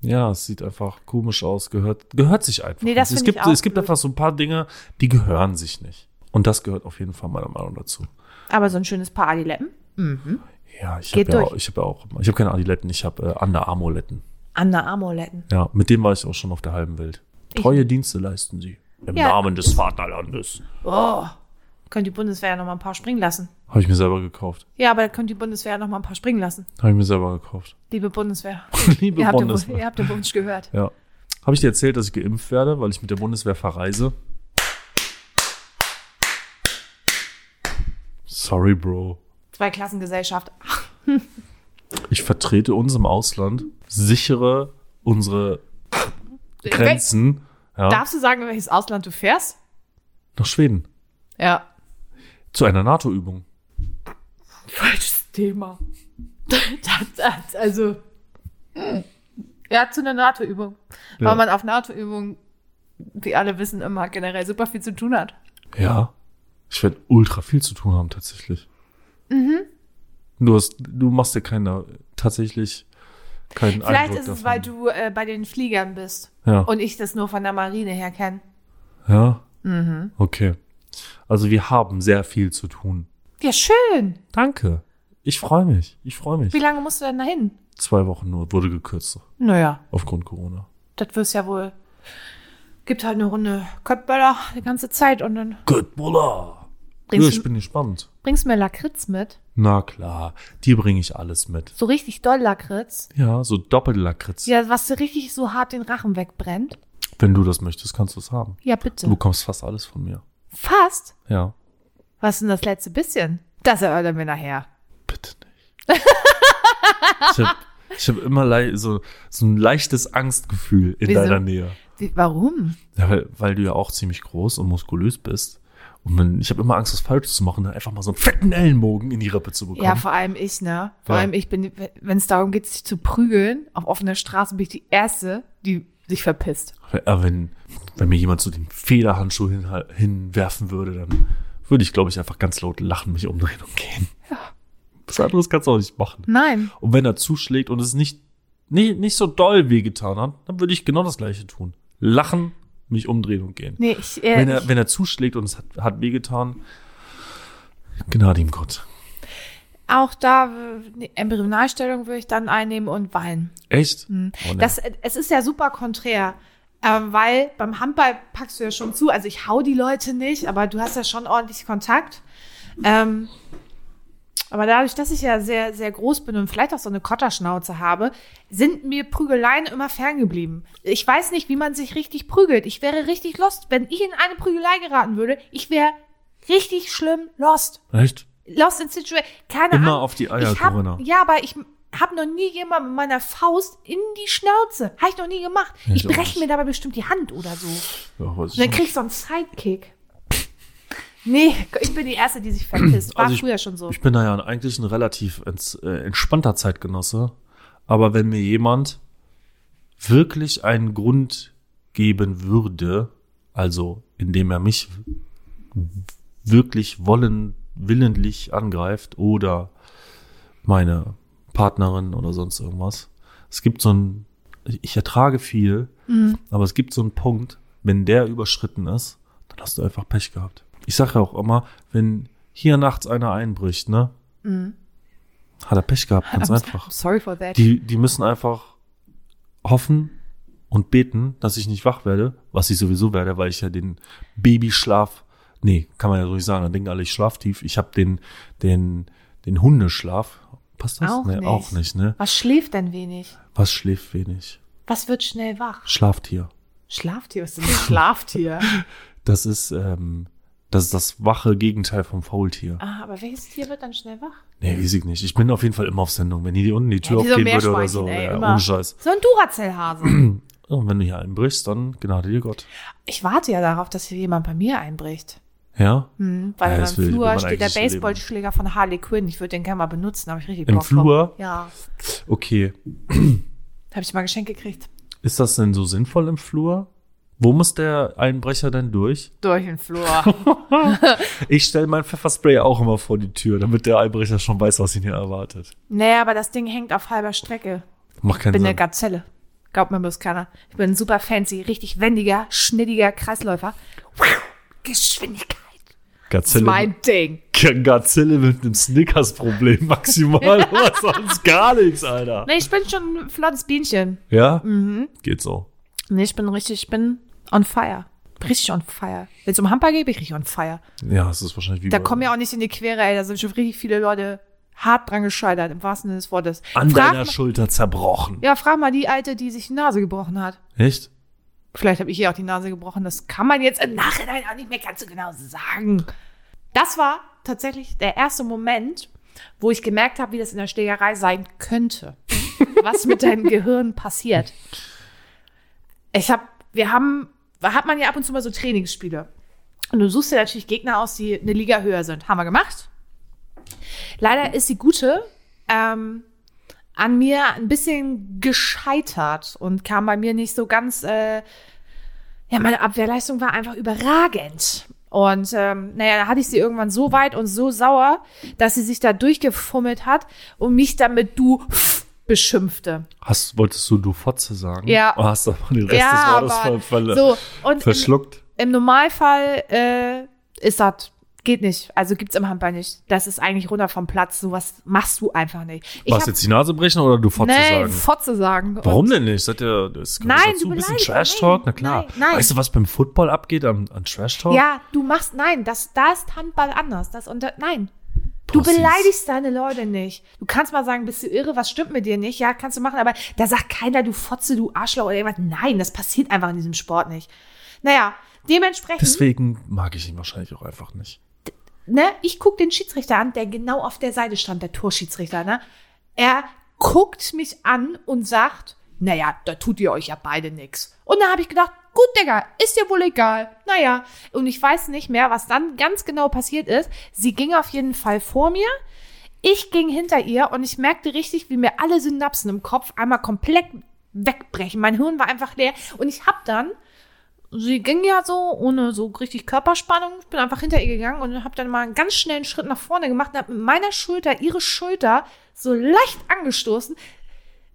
Speaker 1: Ja, es sieht einfach komisch aus, gehört, gehört sich einfach.
Speaker 2: Nee, das
Speaker 1: nicht. es
Speaker 2: finde ich
Speaker 1: gibt,
Speaker 2: auch
Speaker 1: Es gibt
Speaker 2: blöd.
Speaker 1: einfach so ein paar Dinge, die gehören sich nicht. Und das gehört auf jeden Fall meiner Meinung nach dazu.
Speaker 2: Aber so ein schönes Paar Adiletten.
Speaker 1: Ja, ich
Speaker 2: Geht
Speaker 1: habe ja,
Speaker 2: durch.
Speaker 1: auch- ich hab ja auch, ich habe keine Adiletten, ich habe äh, Underarmoletten.
Speaker 2: An der Amoletten.
Speaker 1: Ja, mit dem war ich auch schon auf der halben Welt. Treue Dienste leisten sie. Im
Speaker 2: Ja.
Speaker 1: Namen des Vaterlandes.
Speaker 2: Oh, könnte die Bundeswehr ja noch mal ein paar springen lassen.
Speaker 1: Habe ich mir selber gekauft.
Speaker 2: Ja, aber da könnte die Bundeswehr ja noch mal ein paar springen lassen.
Speaker 1: Habe ich mir selber gekauft.
Speaker 2: Liebe Bundeswehr.
Speaker 1: Liebe
Speaker 2: Ihr habt, den, Wun-
Speaker 1: Bundeswehr.
Speaker 2: ihr habt den Wunsch gehört.
Speaker 1: Ja. Habe ich dir erzählt, dass ich geimpft werde, weil ich mit der Bundeswehr verreise? Sorry, Bro.
Speaker 2: Zwei Klassengesellschaft.
Speaker 1: Ich vertrete uns im Ausland, sichere unsere Grenzen ne? ja,
Speaker 2: Darfst du sagen, in welches Ausland du fährst?
Speaker 1: nach Schweden.
Speaker 2: Ja.
Speaker 1: Zu einer NATO-Übung.
Speaker 2: Falsches Thema. Das, das, also. Hm. Ja, zu einer NATO-Übung.
Speaker 1: Ja.
Speaker 2: Weil man auf NATO-Übungen, wie alle wissen, immer generell super viel zu tun hat.
Speaker 1: Ja. Ich werde ultra viel zu tun haben, tatsächlich. Mhm. Du, hast, du machst dir keine, tatsächlich keinen
Speaker 2: Vielleicht
Speaker 1: Eindruck
Speaker 2: ist es,
Speaker 1: davon.
Speaker 2: weil du äh, bei den Fliegern bist
Speaker 1: Ja.
Speaker 2: und ich das nur von der Marine her kenne.
Speaker 1: ja? Mhm. Okay. Also wir haben sehr viel zu tun.
Speaker 2: Ja, schön.
Speaker 1: Danke. Ich freue mich. Ich freue mich.
Speaker 2: Wie lange musst du denn dahin?
Speaker 1: Zwei Wochen nur. Wurde gekürzt.
Speaker 2: Naja,
Speaker 1: Aufgrund Corona.
Speaker 2: das wirst ja wohl. Gibt halt eine Runde Köttböller die ganze Zeit und dann
Speaker 1: Good, Bulla. Ja,
Speaker 2: Bringst
Speaker 1: ich
Speaker 2: du-
Speaker 1: bin gespannt.
Speaker 2: bringst du mir Lakritz mit.
Speaker 1: Na klar, dir bringe ich alles mit.
Speaker 2: So richtig doll Lakritz.
Speaker 1: Ja, so Doppellakritz.
Speaker 2: Ja, was dir richtig so hart den Rachen wegbrennt.
Speaker 1: Wenn du das möchtest, kannst du es haben.
Speaker 2: Ja,
Speaker 1: Du
Speaker 2: bitte.
Speaker 1: bekommst fast alles von mir.
Speaker 2: Fast.
Speaker 1: Ja,
Speaker 2: Was ist denn das letzte bisschen? Das erörtern wir nachher.
Speaker 1: bitte nicht. ich habe ich hab immer lei- so, so ein leichtes Angstgefühl in
Speaker 2: Wieso?
Speaker 1: deiner Nähe.
Speaker 2: Wie, warum?
Speaker 1: Ja, weil, weil du ja auch ziemlich groß und muskulös bist. Und wenn, ich habe immer Angst, was falsch zu machen, dann einfach mal so einen fetten Ellenbogen in die Rippe zu bekommen.
Speaker 2: Ja, vor allem ich, ne? Vor
Speaker 1: Ja.
Speaker 2: allem ich bin, wenn es darum geht, sich zu prügeln, auf offener Straße bin ich die Erste, die sich verpisst.
Speaker 1: Ja, wenn, wenn mir jemand so den Federhandschuh hin, hinwerfen würde, dann würde ich, glaube ich, einfach ganz laut lachen, mich umdrehen und gehen. Was anderes kannst du auch nicht machen.
Speaker 2: Nein.
Speaker 1: Und wenn er zuschlägt und es nicht, nicht, nicht so doll wehgetan hat, dann würde ich genau das Gleiche tun. Lachen, mich umdrehen und gehen.
Speaker 2: Nee, ich, äh,
Speaker 1: Wenn, er, wenn er zuschlägt und es hat, hat wehgetan, Gnade ihm Gott.
Speaker 2: ich auch da, äh, nee, Embryonalstellung würde ich dann einnehmen und weinen.
Speaker 1: Echt? Oh, ne.
Speaker 2: Das, äh, es ist ja super konträr, ähm, weil beim Handball packst du ja schon zu. Also ich hau die Leute nicht, aber du hast ja schon ordentlich Kontakt. Ähm, aber dadurch, dass ich ja sehr, sehr groß bin und vielleicht auch so eine Kotterschnauze habe, sind mir Prügeleien immer ferngeblieben. Ich weiß nicht, wie man sich richtig prügelt. Ich wäre richtig lost, wenn ich in eine Prügelei geraten würde. Ich wäre richtig schlimm lost.
Speaker 1: Echt?
Speaker 2: Lost in Situation. Keine
Speaker 1: Immer
Speaker 2: Ahnung.
Speaker 1: auf die Eier,
Speaker 2: ich hab,
Speaker 1: Corinna.
Speaker 2: Ja, aber ich habe noch nie jemand mit meiner Faust in die Schnauze. Habe ich noch nie gemacht.
Speaker 1: Ja, ich
Speaker 2: ich
Speaker 1: auch
Speaker 2: breche
Speaker 1: nicht.
Speaker 2: mir dabei bestimmt die Hand oder so.
Speaker 1: Ja, weiß ich
Speaker 2: Und dann
Speaker 1: nicht.
Speaker 2: krieg ich so einen Sidekick. Nee, ich bin die Erste, die sich verpisst. War
Speaker 1: Also ich-
Speaker 2: früher schon so.
Speaker 1: Ich bin da ja eigentlich ein relativ ents, äh, entspannter Zeitgenosse. Aber wenn mir jemand wirklich einen Grund geben würde, also indem er mich wirklich wollen, willentlich angreift oder meine Partnerin oder sonst irgendwas. Es gibt so ein, ich ertrage viel, aber es gibt so einen Punkt, wenn der überschritten ist, dann hast du einfach Pech gehabt. Ich sage ja auch immer, wenn hier nachts einer einbricht, ne, hat er Pech gehabt, ganz
Speaker 2: I'm-
Speaker 1: einfach.
Speaker 2: I'm Sorry for that.
Speaker 1: Die, die müssen einfach hoffen und beten, dass ich nicht wach werde, was ich sowieso werde, weil ich ja den Babyschlaf, nee, kann man ja so nicht sagen, dann denken alle, ich schlaf tief. Ich habe den, den, den Hundeschlaf. Passt das?
Speaker 2: Auch
Speaker 1: nee,
Speaker 2: nicht.
Speaker 1: auch nicht, ne?
Speaker 2: Was schläft denn wenig?
Speaker 1: Was schläft wenig?
Speaker 2: Was wird schnell wach?
Speaker 1: Schlaftier.
Speaker 2: Schlaftier ist ein Schlaftier.
Speaker 1: Das ist, ähm, das ist das wache Gegenteil vom Faultier.
Speaker 2: ah, aber welches Tier wird dann schnell wach?
Speaker 1: Nee, weiß ich nicht. Ich bin auf jeden Fall immer auf Sendung. Wenn hier die unten die Tür
Speaker 2: Ja, wie so
Speaker 1: aufgehen würde oder so,
Speaker 2: Meerschweinchen, ey,
Speaker 1: ja,
Speaker 2: immer.
Speaker 1: ohne Scheiß.
Speaker 2: So ein Duracell-Hase.
Speaker 1: Und wenn du hier einbrichst, dann gnade dir Gott.
Speaker 2: ich warte ja darauf, dass hier jemand bei mir einbricht.
Speaker 1: Ja?
Speaker 2: Hm, weil
Speaker 1: Ja,
Speaker 2: in
Speaker 1: das
Speaker 2: meinem
Speaker 1: will- will
Speaker 2: Flur
Speaker 1: man
Speaker 2: steht der
Speaker 1: eigentlich nicht erleben.
Speaker 2: Baseballschläger von Harley Quinn. Ich würde den gerne mal benutzen, aber ich richtig
Speaker 1: Im
Speaker 2: Bock drauf.
Speaker 1: Flur?
Speaker 2: Ja,
Speaker 1: Okay.
Speaker 2: habe ich mal geschenkt gekriegt.
Speaker 1: Ist das denn so sinnvoll im Flur? Wo muss der Einbrecher denn durch?
Speaker 2: Durch den Flur.
Speaker 1: Ich stelle mein Pfefferspray auch immer vor die Tür, damit der Einbrecher schon weiß, was ihn hier erwartet.
Speaker 2: naja, aber das Ding hängt auf halber Strecke.
Speaker 1: Macht keinen
Speaker 2: bin eine
Speaker 1: Sinn.
Speaker 2: Gazelle. Glaubt mir bloß keiner. Ich bin ein super fancy, richtig wendiger, schnittiger Kreisläufer. Geschwindigkeit. Das ist
Speaker 1: Gazelle,
Speaker 2: mein Ding.
Speaker 1: G- Gazelle mit einem Snickers-Problem maximal, aber sonst gar nichts, Alter.
Speaker 2: Nee, ich bin schon ein flottes Bienchen.
Speaker 1: Ja?
Speaker 2: Mhm.
Speaker 1: Geht so.
Speaker 2: Nee, ich bin richtig, ich bin on fire. Richtig on fire. Wenn es um Hamper geht, bin ich richtig on fire.
Speaker 1: Ja, es ist wahrscheinlich wie
Speaker 2: Da
Speaker 1: bei-
Speaker 2: kommen ja auch nicht in die Quere, ey. Da sind schon richtig viele Leute hart dran gescheitert, im wahrsten Sinne des Wortes.
Speaker 1: an
Speaker 2: frag
Speaker 1: deiner
Speaker 2: mal,
Speaker 1: Schulter zerbrochen.
Speaker 2: ja, frag mal die Alte, die sich die Nase gebrochen hat.
Speaker 1: Echt?
Speaker 2: Vielleicht habe ich ihr auch die Nase gebrochen. Das kann man jetzt im Nachhinein auch nicht mehr ganz so genau sagen. Das war tatsächlich der erste Moment, wo ich gemerkt habe, wie das in der Schlägerei sein könnte. was mit deinem Gehirn passiert. Ich habe, wir haben, hat man ja ab und zu mal so Trainingsspiele. Und du suchst dir natürlich Gegner aus, die eine Liga höher sind. Haben wir gemacht. Leider ist die gute ähm, an mir ein bisschen gescheitert und kam bei mir nicht so ganz. Äh, ja, meine Abwehrleistung war einfach überragend. Und ähm, naja, da hatte ich sie irgendwann so weit und so sauer, dass sie sich da durchgefummelt hat und mich damit du beschimpfte.
Speaker 1: Hast, wolltest du du Fotze sagen?
Speaker 2: Ja.
Speaker 1: Oh, hast aber den Rest
Speaker 2: ja,
Speaker 1: des Wortes
Speaker 2: aber
Speaker 1: ver ver
Speaker 2: so und im,
Speaker 1: verschluckt?
Speaker 2: im Normalfall äh, ist das geht nicht. Also gibt's im Handball nicht. Das ist eigentlich runter vom Platz. Sowas machst du einfach nicht. Ich
Speaker 1: Was,
Speaker 2: hab-
Speaker 1: jetzt die Nase brechen oder du Fotze
Speaker 2: nee,
Speaker 1: sagen?
Speaker 2: Fotze sagen.
Speaker 1: Warum
Speaker 2: und,
Speaker 1: denn nicht? Seid ihr, das gehört
Speaker 2: Nein,
Speaker 1: dazu.
Speaker 2: du
Speaker 1: ein bisschen
Speaker 2: beleidigst-
Speaker 1: Trash Talk? Na klar.
Speaker 2: nein, nein.
Speaker 1: Weißt du, was beim Football abgeht an, an Trash Talk?
Speaker 2: Ja, du machst nein, das da ist Handball anders. Das unter nein. Du
Speaker 1: Pussys.
Speaker 2: beleidigst deine Leute nicht. Du kannst mal sagen, bist du irre, was stimmt mit dir nicht? Ja, kannst du machen, aber da sagt keiner, du Fotze, du Arschloch oder irgendwas. Nein, das passiert einfach in diesem Sport nicht. Naja, dementsprechend.
Speaker 1: Deswegen mag ich ihn wahrscheinlich auch einfach nicht.
Speaker 2: ne, ich guck den Schiedsrichter an, der genau auf der Seite stand, der Torschiedsrichter, ne? Er guckt mich an und sagt, naja, da tut ihr euch ja beide nix. Und da habe ich gedacht, gut, Digga, ist dir wohl egal. Naja, und ich weiß nicht mehr, was dann ganz genau passiert ist. Sie ging auf jeden Fall vor mir. Ich ging hinter ihr und ich merkte richtig, wie mir alle Synapsen im Kopf einmal komplett wegbrechen. Mein Hirn war einfach leer. Und ich hab dann sie ging ja so ohne so richtig Körperspannung. Ich bin einfach hinter ihr gegangen und habe dann mal einen ganz schnellen Schritt nach vorne gemacht und habe mit meiner Schulter ihre Schulter so leicht angestoßen.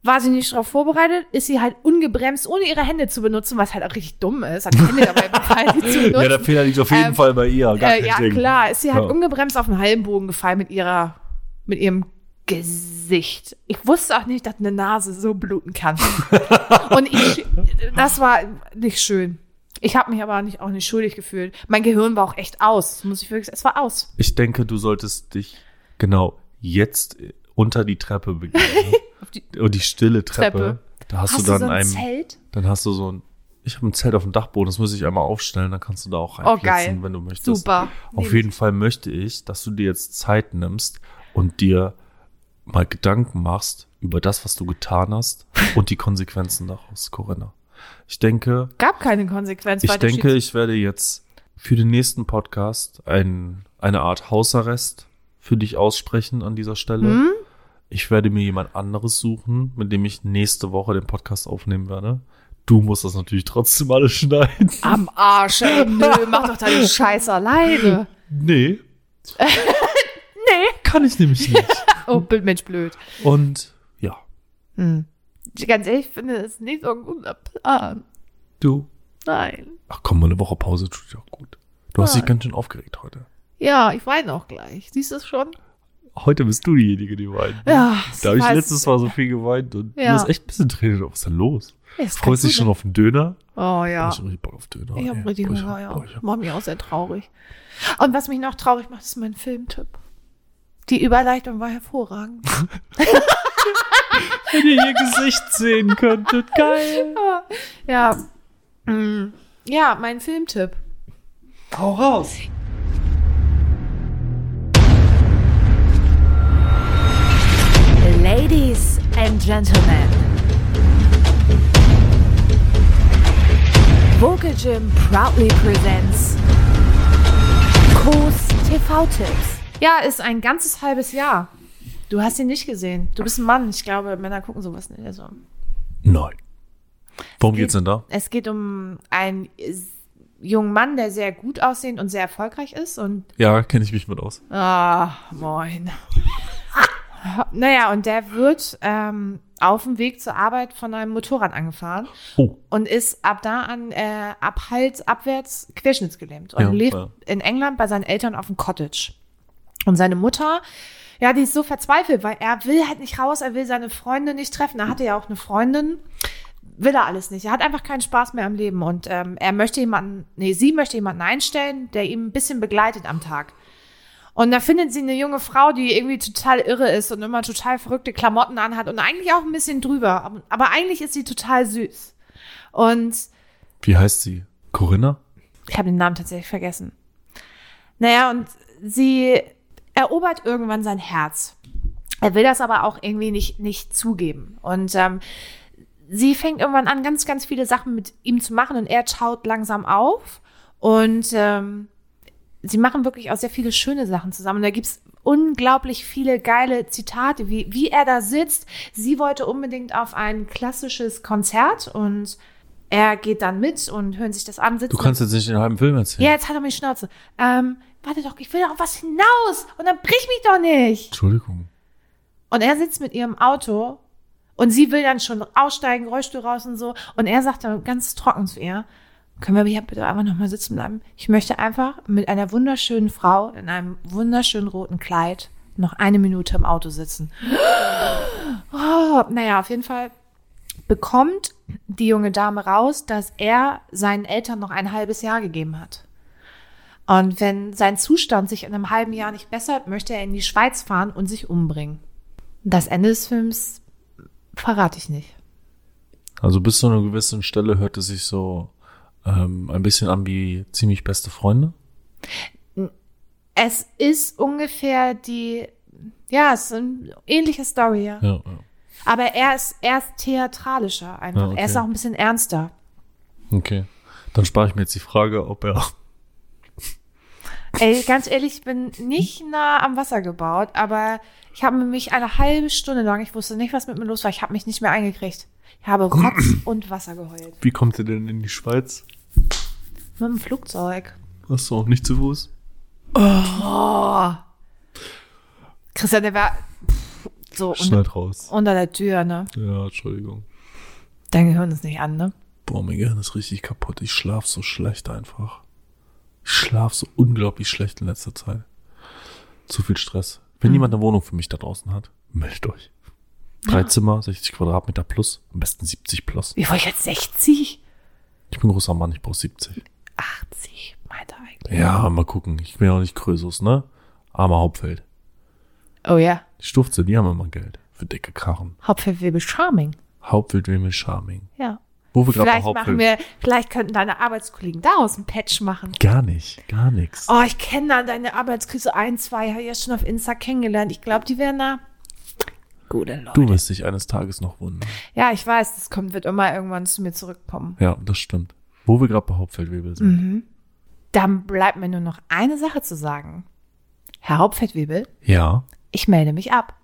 Speaker 2: War sie nicht darauf vorbereitet, ist sie halt ungebremst, ohne ihre Hände zu benutzen, was halt auch richtig dumm ist, hat die Hände dabei befallen, sie zu benutzen.
Speaker 1: Ja, der Fehler liegt auf jeden
Speaker 2: Ähm,
Speaker 1: Fall bei ihr. Gar
Speaker 2: Äh,
Speaker 1: kein
Speaker 2: ja,
Speaker 1: Ding.
Speaker 2: klar, ist sie halt
Speaker 1: Ja.
Speaker 2: ungebremst auf den halben Bogen gefallen mit ihrer, mit ihrem Gesicht. Ich wusste auch nicht, dass eine Nase so bluten kann. Und ich, das war nicht schön. Ich habe mich aber nicht, auch nicht schuldig gefühlt. Mein Gehirn war auch echt aus. Das muss ich wirklich, es war aus.
Speaker 1: Ich denke, du solltest dich genau jetzt unter die Treppe begeben.
Speaker 2: die-
Speaker 1: Und die stille Treppe.
Speaker 2: Treppe.
Speaker 1: Da hast, du dann
Speaker 2: so ein
Speaker 1: ein
Speaker 2: Zelt?
Speaker 1: Dann hast du so ein. Ich habe ein Zelt auf dem Dachboden, das muss ich einmal aufstellen, dann kannst du da auch
Speaker 2: Oh,
Speaker 1: reinplatzen,
Speaker 2: geil.
Speaker 1: wenn du möchtest.
Speaker 2: Super.
Speaker 1: Auf jeden Fall möchte ich, dass du dir jetzt Zeit nimmst und dir mal Gedanken machst über das, was du getan hast und die Konsequenzen daraus, Corinna. Ich denke,
Speaker 2: Gab keine Konsequenz.
Speaker 1: ich
Speaker 2: weil du
Speaker 1: denke,
Speaker 2: schießt-
Speaker 1: ich werde jetzt für den nächsten Podcast ein, eine Art Hausarrest für dich aussprechen an dieser Stelle.
Speaker 2: Hm?
Speaker 1: Ich werde mir jemand anderes suchen, mit dem ich nächste Woche den Podcast aufnehmen werde. Du musst das natürlich trotzdem alles schneiden.
Speaker 2: Am Arsch, ey, nö, mach doch deine Scheiße alleine.
Speaker 1: Nee,
Speaker 2: Nee.
Speaker 1: kann ich nämlich nicht.
Speaker 2: Oh, Bild, Mensch, blöd.
Speaker 1: Und ja,
Speaker 2: Hm. Ich ganz ehrlich finde, es ist nicht so ein guter Plan.
Speaker 1: du.
Speaker 2: Nein.
Speaker 1: Ach komm, mal eine Woche Pause tut dir auch gut. Du hast dich
Speaker 2: Nein.
Speaker 1: ganz schön aufgeregt heute.
Speaker 2: Ja, ich weine auch gleich. Siehst du es schon?
Speaker 1: Heute bist du diejenige, die weint.
Speaker 2: Ja,
Speaker 1: Da habe ich
Speaker 2: weiß-
Speaker 1: letztes Mal so viel geweint und
Speaker 2: Ja.
Speaker 1: du hast echt ein bisschen Tränen. Was ist denn los?
Speaker 2: Ey, das
Speaker 1: Freust
Speaker 2: kannst du
Speaker 1: dich schon auf den Döner?
Speaker 2: Oh
Speaker 1: Ja.
Speaker 2: ja.
Speaker 1: Ich hab richtig Bock auf Döner.
Speaker 2: Ich
Speaker 1: ey.
Speaker 2: habe richtig
Speaker 1: Boah, ich
Speaker 2: Hunger,
Speaker 1: hab- boah,
Speaker 2: ja.
Speaker 1: ich hab-
Speaker 2: Macht mich auch sehr traurig. Und was mich noch traurig macht, ist mein Filmtipp. Die Überleitung war hervorragend.
Speaker 1: Wenn ihr ihr Gesicht sehen könntet, geil.
Speaker 2: ja. Mm. Ja, mein Filmtipp.
Speaker 1: Hau raus.
Speaker 2: Ladies and Gentlemen. Vocal Gym proudly presents Kurs TV-Tipps. Ja, ist ein ganzes halbes Jahr. Du hast ihn nicht gesehen. Du bist ein Mann. Ich glaube, Männer gucken sowas nicht. Also,
Speaker 1: Nein. Warum geht's denn da?
Speaker 2: es geht um einen s- jungen Mann, der sehr gut aussehend und sehr erfolgreich ist und
Speaker 1: Ja, kenne ich mich mit aus.
Speaker 2: Ah, moin. naja, und der wird ähm, auf dem Weg zur Arbeit von einem Motorrad angefahren
Speaker 1: Oh,
Speaker 2: und ist ab da an äh, ab Hals abwärts querschnittsgelähmt und
Speaker 1: Ja,
Speaker 2: lebt
Speaker 1: ja.
Speaker 2: in England bei seinen Eltern auf dem Cottage. Und seine Mutter, ja, die ist so verzweifelt, weil er will halt nicht raus, er will seine Freunde nicht treffen. Er hatte ja auch eine Freundin, will er alles nicht. Er hat einfach keinen Spaß mehr am Leben und ähm, er möchte jemanden, nee, sie möchte jemanden einstellen, der ihn ein bisschen begleitet am Tag. Und da findet sie eine junge Frau, die irgendwie total irre ist und immer total verrückte Klamotten anhat und eigentlich auch ein bisschen drüber. Aber- Aber eigentlich ist sie total süß. Und
Speaker 1: wie heißt sie? Corinna?
Speaker 2: ich habe den Namen tatsächlich vergessen. Naja, und sie erobert irgendwann sein Herz. Er will das aber auch irgendwie nicht, nicht zugeben. Und ähm, sie fängt irgendwann an, ganz, ganz viele Sachen mit ihm zu machen und er schaut langsam auf. Und ähm, sie machen wirklich auch sehr viele schöne Sachen zusammen. Und da gibt's unglaublich viele geile Zitate, wie, wie er da sitzt. Sie wollte unbedingt auf ein klassisches Konzert und er geht dann mit und hören sich das an.
Speaker 1: Du
Speaker 2: sitzen
Speaker 1: kannst jetzt nicht den halben Film erzählen.
Speaker 2: ja, jetzt hat er mir die Schnauze. Ähm, warte doch, ich will doch auf was hinaus und dann brich mich doch nicht.
Speaker 1: Entschuldigung.
Speaker 2: Und er sitzt mit ihrem Auto und sie will dann schon aussteigen, Rollstuhl raus und so. Und er sagt dann ganz trocken zu ihr, können wir hier bitte einfach nochmal sitzen bleiben? Ich möchte einfach mit einer wunderschönen Frau in einem wunderschönen roten Kleid noch eine Minute im Auto sitzen. Oh, naja, auf jeden Fall bekommt die junge Dame raus, dass er seinen Eltern noch ein halbes Jahr gegeben hat. Und wenn sein Zustand sich in einem halben Jahr nicht bessert, möchte er in die Schweiz fahren und sich umbringen. Das Ende des Films verrate ich nicht.
Speaker 1: Also bis zu einer gewissen Stelle hört es sich so ähm, ein bisschen an wie ziemlich beste Freunde.
Speaker 2: Es ist ungefähr die, ja, es ist eine ähnliche Story, ja.
Speaker 1: Ja, ja.
Speaker 2: Aber er ist, er ist theatralischer einfach.
Speaker 1: Ja, okay.
Speaker 2: Er ist auch ein bisschen ernster.
Speaker 1: Okay. Dann spare ich mir jetzt die Frage, ob er.
Speaker 2: Ey, ganz ehrlich, ich bin nicht nah am Wasser gebaut, aber ich habe mich eine halbe Stunde lang, ich wusste nicht, was mit mir los war, ich habe mich nicht mehr eingekriegt. Ich habe Rotz und Wasser geheult.
Speaker 1: Wie kommt er denn in die Schweiz?
Speaker 2: Mit dem Flugzeug.
Speaker 1: Achso, nicht zu Fuß.
Speaker 2: Oh. Christian, der war pff, so unter,
Speaker 1: Schneid raus.
Speaker 2: unter der Tür, ne?
Speaker 1: Ja, Entschuldigung.
Speaker 2: Dein Gehirn ist nicht an, ne?
Speaker 1: Boah, mein Gehirn ist richtig kaputt. Ich schlaf so schlecht einfach. Ich schlaf so unglaublich schlecht in letzter Zeit. Zu viel Stress. Wenn jemand eine Wohnung für mich da draußen hat, meldet euch. Drei Zimmer, 60 Quadratmeter plus, am besten 70 plus.
Speaker 2: Wie war ich jetzt 60?
Speaker 1: Ich bin großer Mann, ich brauche 70.
Speaker 2: 80, meinte eigentlich.
Speaker 1: Ja, mal gucken. Ich bin ja auch nicht Krösus, ne? Armer Hauptfeld.
Speaker 2: Oh ja,
Speaker 1: Die Stufze, die haben immer Geld. Für dicke Karren.
Speaker 2: Hauptfeldwebel Charming.
Speaker 1: Hauptfeld will mir Charming.
Speaker 2: Ja.
Speaker 1: Wo wir gerade bei
Speaker 2: Vielleicht machen
Speaker 1: Hauptfeld.
Speaker 2: wir, vielleicht könnten deine Arbeitskollegen daraus ein Patch machen.
Speaker 1: gar nicht, gar nichts.
Speaker 2: Oh, ich kenne da deine Arbeitskrise ein, zwei, habe ich ja schon auf Insta kennengelernt. Ich glaube, die wären da gute Leute.
Speaker 1: Du wirst dich eines Tages noch wundern.
Speaker 2: Ja, ich weiß, das kommt, wird immer irgendwann zu mir zurückkommen.
Speaker 1: Ja, das stimmt. Wo wir gerade bei Hauptfeldwebel sind.
Speaker 2: Mhm. Dann bleibt mir nur noch eine Sache zu sagen. Herr Hauptfeldwebel,
Speaker 1: Ja.
Speaker 2: ich melde mich ab.